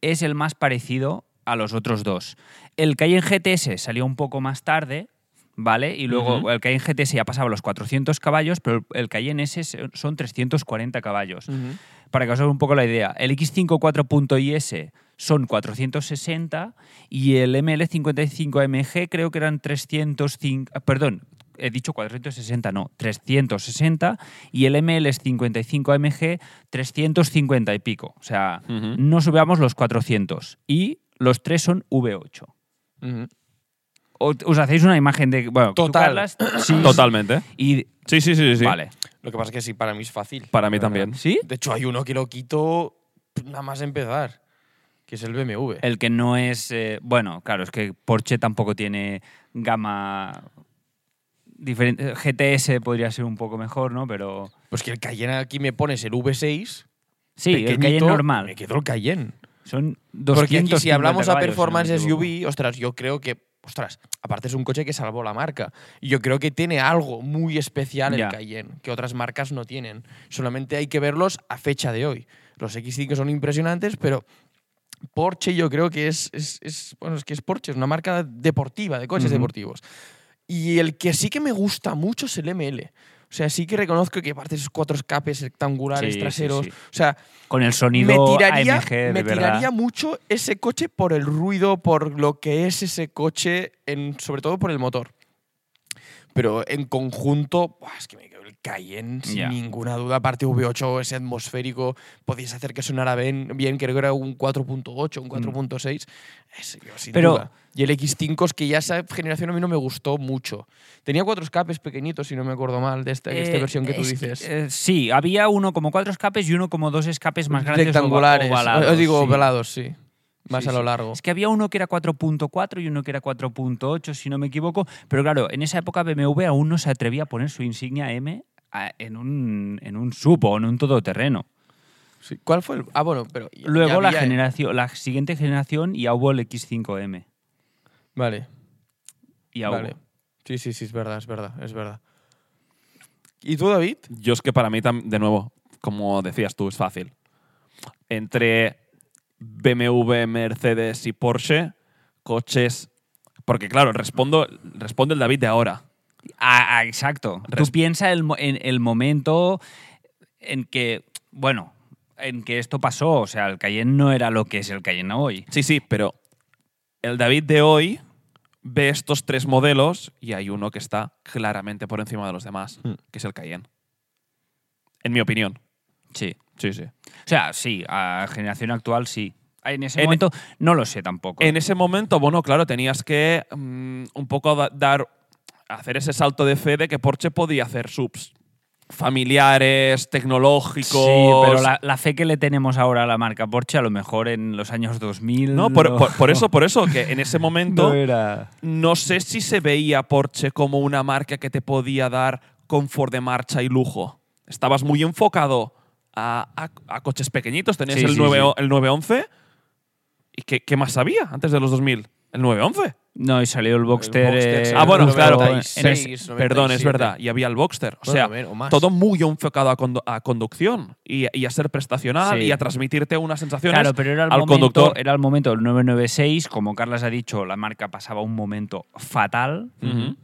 Speaker 3: es el más parecido a los otros dos. El Cayenne GTS salió un poco más tarde, ¿vale? Y luego
Speaker 1: Ujú.
Speaker 3: el Cayenne GTS ya pasaba los 400 caballos, pero el Cayenne S se- son 340 caballos.
Speaker 2: Ujú.
Speaker 3: Para que os haga un poco la idea, el X5 4.is son 460 y el ML55MG creo que eran 305, ah, perdón, he dicho 460, no, 360 y el ML55MG 350 y pico. O sea,
Speaker 1: Ujú.
Speaker 3: no subamos los 400 y los tres son V8.
Speaker 2: Ujú.
Speaker 3: O- Os hacéis una imagen de... Bueno, tú,
Speaker 2: Total.
Speaker 3: Carlas, sí,
Speaker 1: Totalmente.
Speaker 3: Y,
Speaker 1: Sí, sí, sí, sí.
Speaker 3: Vale.
Speaker 2: Lo que pasa es que sí, para mí es fácil.
Speaker 1: Para mí
Speaker 2: la verdad.
Speaker 1: también.
Speaker 3: ¿Sí?
Speaker 2: De hecho, hay uno que lo quito nada más empezar, que es el BMW.
Speaker 3: El que no es. eh, bueno, claro, es que Porsche tampoco tiene gama. Diferente. GTS podría ser un poco mejor, ¿no? Pero.
Speaker 2: Pues que el Cayenne aquí me pones el V6.
Speaker 3: Sí, el que hay
Speaker 2: pequeñito, Me
Speaker 3: normal.
Speaker 2: quedo el Cayenne.
Speaker 3: Son 200
Speaker 2: Porque aquí, si hablamos a performance SUV, ostras, yo creo que. Ostras, aparte es un coche que salvó la marca. Y yo creo que tiene algo muy especial
Speaker 3: Ya.
Speaker 2: el Cayenne, que otras marcas no tienen. Solamente hay que verlos a fecha de hoy. Los X5 son impresionantes, pero Porsche yo creo que es, es, es- bueno, es que es Porsche, es una marca deportiva, de coches
Speaker 1: Ujú.
Speaker 2: deportivos. Y el que sí que me gusta mucho es el ML. O sea, sí que reconozco que aparte esos cuatro escapes
Speaker 3: Sí,
Speaker 2: rectangulares
Speaker 3: sí,
Speaker 2: traseros.
Speaker 3: sí.
Speaker 2: O sea,
Speaker 3: Con el sonido
Speaker 2: me tiraría,
Speaker 3: AMG, de
Speaker 2: me
Speaker 3: verdad.
Speaker 2: tiraría mucho ese coche por el ruido, por lo que es ese coche, en, sobre todo por el motor. Pero en conjunto, buah, es que me quedo el Cayenne, sin
Speaker 3: Ya.
Speaker 2: ninguna duda. Aparte V8, ese atmosférico, podéis hacer que sonara bien, bien creo que era un 4.8, un 4.6. Es- yo, sin
Speaker 3: Mm. Pero-
Speaker 2: duda. Y el X5 es que ya esa generación a mí no me gustó mucho. Tenía cuatro escapes pequeñitos, si no me acuerdo mal, de esta, de esta
Speaker 3: Eh,
Speaker 2: versión que tú
Speaker 3: es
Speaker 2: dices.
Speaker 3: eh, sí, había uno como cuatro escapes y uno como dos escapes más grandes.
Speaker 2: rectangulares.
Speaker 3: ova- ovalados,
Speaker 2: Os digo
Speaker 3: sí.
Speaker 2: ovalados, sí. Más
Speaker 3: Sí,
Speaker 2: a lo
Speaker 3: sí.
Speaker 2: largo.
Speaker 3: Es que había uno que era 4.4 y uno que era 4.8, si no me equivoco. Pero claro, en esa época BMW aún no se atrevía a poner su insignia M a- en un, en un sub o en un todoterreno.
Speaker 2: Sí, ¿Cuál fue el.? Ah, bueno, pero. ya- ya
Speaker 3: Luego la,
Speaker 2: había- eh.
Speaker 3: generación, la siguiente generación ya hubo el X5M.
Speaker 2: Vale,
Speaker 3: Ya hubo.
Speaker 2: vale. Sí, sí, sí, es verdad, es verdad, es verdad. ¿Y tú, David?
Speaker 1: Yo es que para mí, tam- de nuevo, como decías tú, es fácil. Entre BMW, Mercedes y Porsche, coches. Porque, claro, respondo, responde el David de ahora.
Speaker 3: Ah, ah, exacto.
Speaker 1: Res-
Speaker 3: Tú piensa el mo- en el momento en que, bueno, en que esto pasó. O sea, el Cayenne no era lo que es el Cayenne hoy.
Speaker 1: Sí, sí, pero el David de hoy ve estos tres modelos y hay uno que está claramente por encima de los demás,
Speaker 3: Mm.
Speaker 1: que es el Cayenne. En mi opinión.
Speaker 3: Sí.
Speaker 1: Sí, sí.
Speaker 3: O sea, sí, a generación actual sí. En ese
Speaker 1: En-
Speaker 3: momento no lo sé tampoco.
Speaker 1: En ese momento, bueno, claro, tenías que mm, un poco da- dar, hacer ese salto de fe de que Porsche podía hacer subs familiares, tecnológicos.
Speaker 3: sí, pero la, la fe que le tenemos ahora a la marca Porsche, a lo mejor en los años 2000.
Speaker 1: No, por,
Speaker 3: lo-
Speaker 1: por- por eso, por eso, que en ese momento
Speaker 4: No era.
Speaker 1: no sé si se veía Porsche como una marca que te podía dar confort de marcha y lujo. Estabas muy enfocado a, a- a coches pequeñitos, tenías
Speaker 3: Sí,
Speaker 1: el,
Speaker 3: sí,
Speaker 1: 9
Speaker 3: sí.
Speaker 1: el 911. ¿Y qué, qué más sabía antes de los 2000? El 911.
Speaker 3: No, y salió el Boxster.
Speaker 2: Boxster,
Speaker 3: eh,
Speaker 2: sí.
Speaker 1: Ah, bueno,
Speaker 3: pero
Speaker 1: claro.
Speaker 3: en
Speaker 1: en
Speaker 3: ese-
Speaker 2: 96,
Speaker 1: ese- perdón, es
Speaker 2: 97.
Speaker 1: verdad. Y había el Boxster. O
Speaker 2: Bueno,
Speaker 1: sea,
Speaker 2: a ver, o más.
Speaker 1: todo muy enfocado a, condu- a conducción y, y a ser prestacional
Speaker 3: Sí.
Speaker 1: y a transmitirte unas sensaciones
Speaker 3: Claro, pero era el,
Speaker 1: al
Speaker 3: momento,
Speaker 1: conductor.
Speaker 3: era el momento del 996, como Carlas ha dicho, la marca pasaba un momento fatal,
Speaker 1: Ujú.
Speaker 3: mm,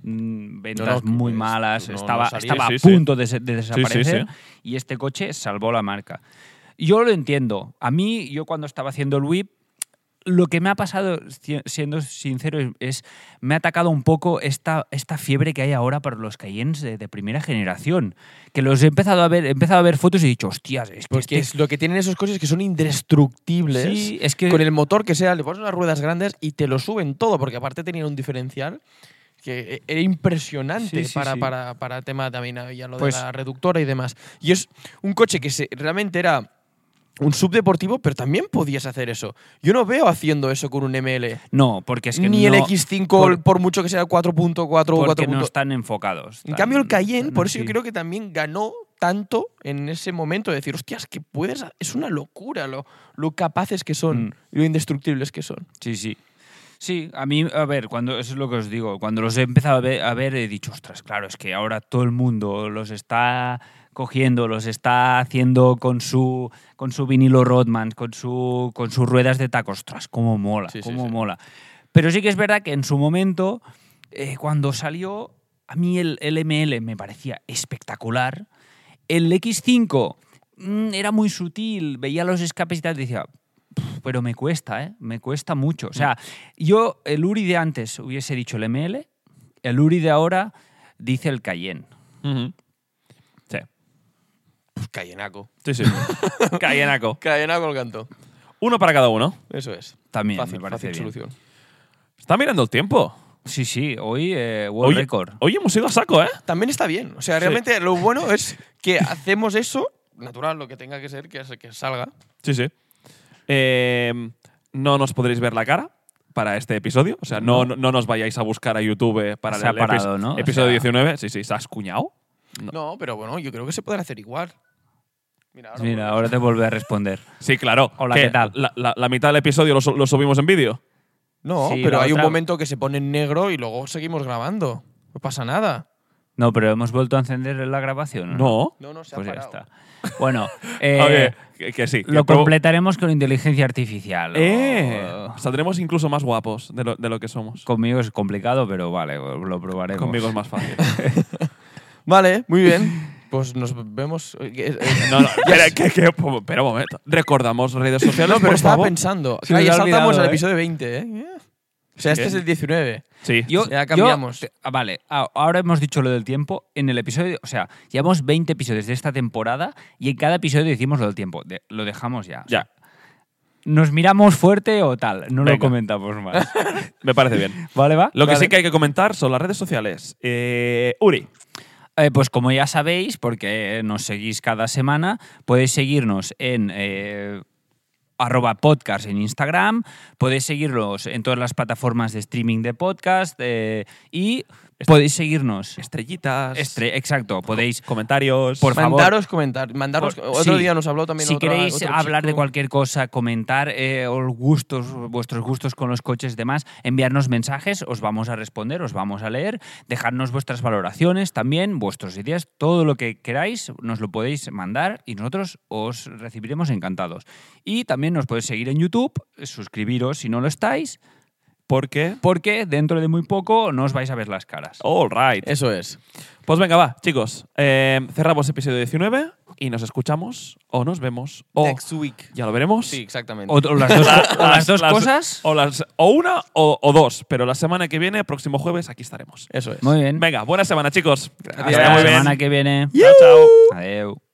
Speaker 2: No,
Speaker 3: ventas
Speaker 2: no, que
Speaker 3: muy
Speaker 2: es-
Speaker 3: malas,
Speaker 2: no, no
Speaker 3: estaba,
Speaker 2: salía.
Speaker 3: estaba
Speaker 1: Sí, sí,
Speaker 3: a
Speaker 1: sí.
Speaker 3: punto de, se- de
Speaker 1: sí.
Speaker 3: desaparecer y este coche salvó la marca. Yo lo entiendo. A mí, yo cuando estaba haciendo el whip, lo que me ha pasado, ci- siendo sincero, es, es- me ha atacado un poco esta, esta fiebre que hay ahora para los Cayennes de, de primera generación. Que los he empezado a ver, he empezado a ver fotos y he dicho, hostias, es que este
Speaker 2: Porque es lo que tienen esos coches que son indestructibles.
Speaker 3: Sí, es que-
Speaker 2: Con el motor que sea, le pones unas ruedas grandes y te lo suben todo, porque aparte tenían un diferencial que e- era impresionante
Speaker 3: Sí, sí,
Speaker 2: para,
Speaker 3: sí.
Speaker 2: Para, para tema también, ah, ya lo
Speaker 3: Pues-
Speaker 2: de la reductora y demás. Y es un coche que se, realmente era un subdeportivo, pero también podías hacer eso. Yo no veo haciendo eso con un ML.
Speaker 3: No, porque es que
Speaker 2: Ni el
Speaker 3: no-
Speaker 2: X5,
Speaker 3: por-
Speaker 2: por, mucho que sea 4.4 o 4.4.
Speaker 3: porque no están enfocados.
Speaker 2: En
Speaker 3: Están-
Speaker 2: cambio, el Cayenne, por eso
Speaker 3: sí.
Speaker 2: yo creo que también ganó tanto en ese momento de decir, hostias, que puedes. ha- Es una locura lo, lo capaces que son
Speaker 3: Mm.
Speaker 2: y lo indestructibles que son.
Speaker 3: Sí, sí. Sí, a mí, a ver, cuando, eso es lo que os digo. Cuando los he empezado a ver, a ver, he dicho, ostras, claro, es que ahora todo el mundo los está cogiendo, los está haciendo con su, con su vinilo Rodman, con, su, con sus ruedas de taco. Ostras, cómo mola,
Speaker 2: Sí, sí,
Speaker 3: cómo
Speaker 2: sí.
Speaker 3: mola. Pero sí que es verdad que en su momento, eh, cuando salió, a mí el LML me parecía espectacular. El X5 mm, era muy sutil, veía los escapes y tal, y decía, "Pff, pero me cuesta, ¿eh? Me cuesta mucho.
Speaker 1: Mm.
Speaker 3: O sea, yo, el Uri de antes hubiese dicho el ML, el Uri de ahora dice el Cayenne.
Speaker 1: Ujú. Sí,
Speaker 2: Pues Cayenaco.
Speaker 1: sí, sí.
Speaker 3: Oh.
Speaker 1: Cayenaco.
Speaker 2: Cayenaco el canto.
Speaker 1: Uno para cada uno.
Speaker 2: Eso es.
Speaker 3: También
Speaker 2: fácil,
Speaker 3: me parece
Speaker 2: fácil
Speaker 3: bien.
Speaker 2: solución.
Speaker 1: Está mirando el tiempo.
Speaker 3: Sí, sí, hoy eh, World
Speaker 1: Hoy,
Speaker 3: Record.
Speaker 1: hoy hemos ido a saco, ¿eh?
Speaker 2: También está bien. O sea, realmente lo bueno es que hacemos eso, natural, lo que tenga que ser, que, es- que salga.
Speaker 1: Sí, sí. Eh, no nos podréis ver la cara para este episodio. O sea, no, no, no nos vayáis a buscar a YouTube para
Speaker 3: Se ha
Speaker 1: el epi-
Speaker 3: parado, ¿no? O
Speaker 1: episodio
Speaker 3: sea-
Speaker 1: 19. Sí, sí, se has cuñado.
Speaker 2: No. pero bueno, yo creo que se podrá hacer igual. Mira, ahora
Speaker 3: Mira,
Speaker 2: vuelvo.
Speaker 3: ahora te vuelve a responder.
Speaker 1: Sí, claro.
Speaker 3: Hola, ¿qué tal?
Speaker 1: La, la- la mitad del episodio lo, su- lo subimos en vídeo.
Speaker 2: No,
Speaker 3: Sí,
Speaker 2: pero
Speaker 3: la
Speaker 2: hay un
Speaker 3: otra-
Speaker 2: momento que se pone en negro y luego seguimos grabando. No pasa nada.
Speaker 3: No, pero hemos vuelto a encender la grabación. ¿o
Speaker 1: No.
Speaker 2: No, no, se ha
Speaker 3: Pues ya
Speaker 2: parado.
Speaker 3: está. Bueno, eh,
Speaker 1: Ok, que, que sí. que
Speaker 3: lo
Speaker 1: prob-
Speaker 3: completaremos con inteligencia artificial.
Speaker 1: Eh,
Speaker 3: o-
Speaker 1: saldremos incluso más guapos de lo, de lo que somos.
Speaker 3: Conmigo es complicado, pero vale, lo probaremos.
Speaker 2: pues.
Speaker 1: Conmigo es más fácil.
Speaker 2: Vale, muy bien. Pues nos vemos. eh, eh, eh,
Speaker 1: No, no, espera, que- que- pero un momento. Recordamos redes sociales,
Speaker 2: no, pero
Speaker 1: por
Speaker 2: estaba
Speaker 1: favor.
Speaker 2: pensando.
Speaker 1: Se
Speaker 2: Ahí
Speaker 1: me ha
Speaker 2: saltamos
Speaker 1: olvidado,
Speaker 2: al
Speaker 1: ¿eh?
Speaker 2: episodio 20, ¿eh? O sea,
Speaker 1: Sí,
Speaker 2: este es el 19.
Speaker 1: Sí.
Speaker 3: Yo-
Speaker 2: Ya
Speaker 3: yo-
Speaker 2: cambiamos.
Speaker 3: te- ah, vale, ah, ahora hemos dicho lo del tiempo. En el episodio, o sea, llevamos 20 episodios de esta temporada y en cada episodio decimos lo del tiempo. De- lo dejamos ya. O sea,
Speaker 1: ya,
Speaker 3: Nos miramos fuerte o tal. No lo
Speaker 1: Venga.
Speaker 3: comentamos más.
Speaker 1: me parece bien.
Speaker 3: ¿Vale, va?
Speaker 1: Lo que
Speaker 3: Vale.
Speaker 1: sí que hay que comentar son las redes sociales. Eh, Uri.
Speaker 3: Eh, pues como ya sabéis, porque nos seguís cada semana, podéis seguirnos en eh, arroba podcast en Instagram, podéis seguirlos en todas las plataformas de streaming de podcast eh, y Podéis seguirnos.
Speaker 1: Estrellitas,
Speaker 3: Estre- Exacto, podéis.
Speaker 1: comentarios.
Speaker 3: Por favor.
Speaker 2: Mandaros comentarios. Mandaros,
Speaker 3: Por-
Speaker 2: otro
Speaker 3: sí.
Speaker 2: día nos habló también
Speaker 3: Si
Speaker 2: otra-
Speaker 3: queréis
Speaker 2: otro
Speaker 3: hablar de
Speaker 2: chico.
Speaker 3: cualquier cosa, comentar eh, os gustos, vuestros gustos con los coches, demás, enviarnos mensajes, os vamos a responder, os vamos a leer, dejarnos vuestras valoraciones también, vuestras ideas, todo lo que queráis, nos lo podéis mandar y nosotros os recibiremos encantados. Y también nos podéis seguir en YouTube, suscribiros si no lo estáis,
Speaker 1: Porque.
Speaker 3: porque dentro de muy poco no os vais a ver las caras.
Speaker 1: All right.
Speaker 2: Eso es.
Speaker 1: Pues venga, va, chicos. eh, cerramos episodio 19 y nos escuchamos o nos vemos o
Speaker 2: Next week.
Speaker 1: ya lo veremos.
Speaker 2: Oh. Sí, exactamente.
Speaker 3: O, o las dos, o las dos
Speaker 1: las-
Speaker 3: cosas.
Speaker 1: O, las, o una o, o dos, pero la semana que viene, próximo jueves, aquí estaremos.
Speaker 2: Eso es.
Speaker 3: Muy bien.
Speaker 1: Venga, buena semana, chicos.
Speaker 3: Hasta la
Speaker 1: muy bien.
Speaker 3: semana que viene.
Speaker 1: Chao, chao.
Speaker 3: Adeu.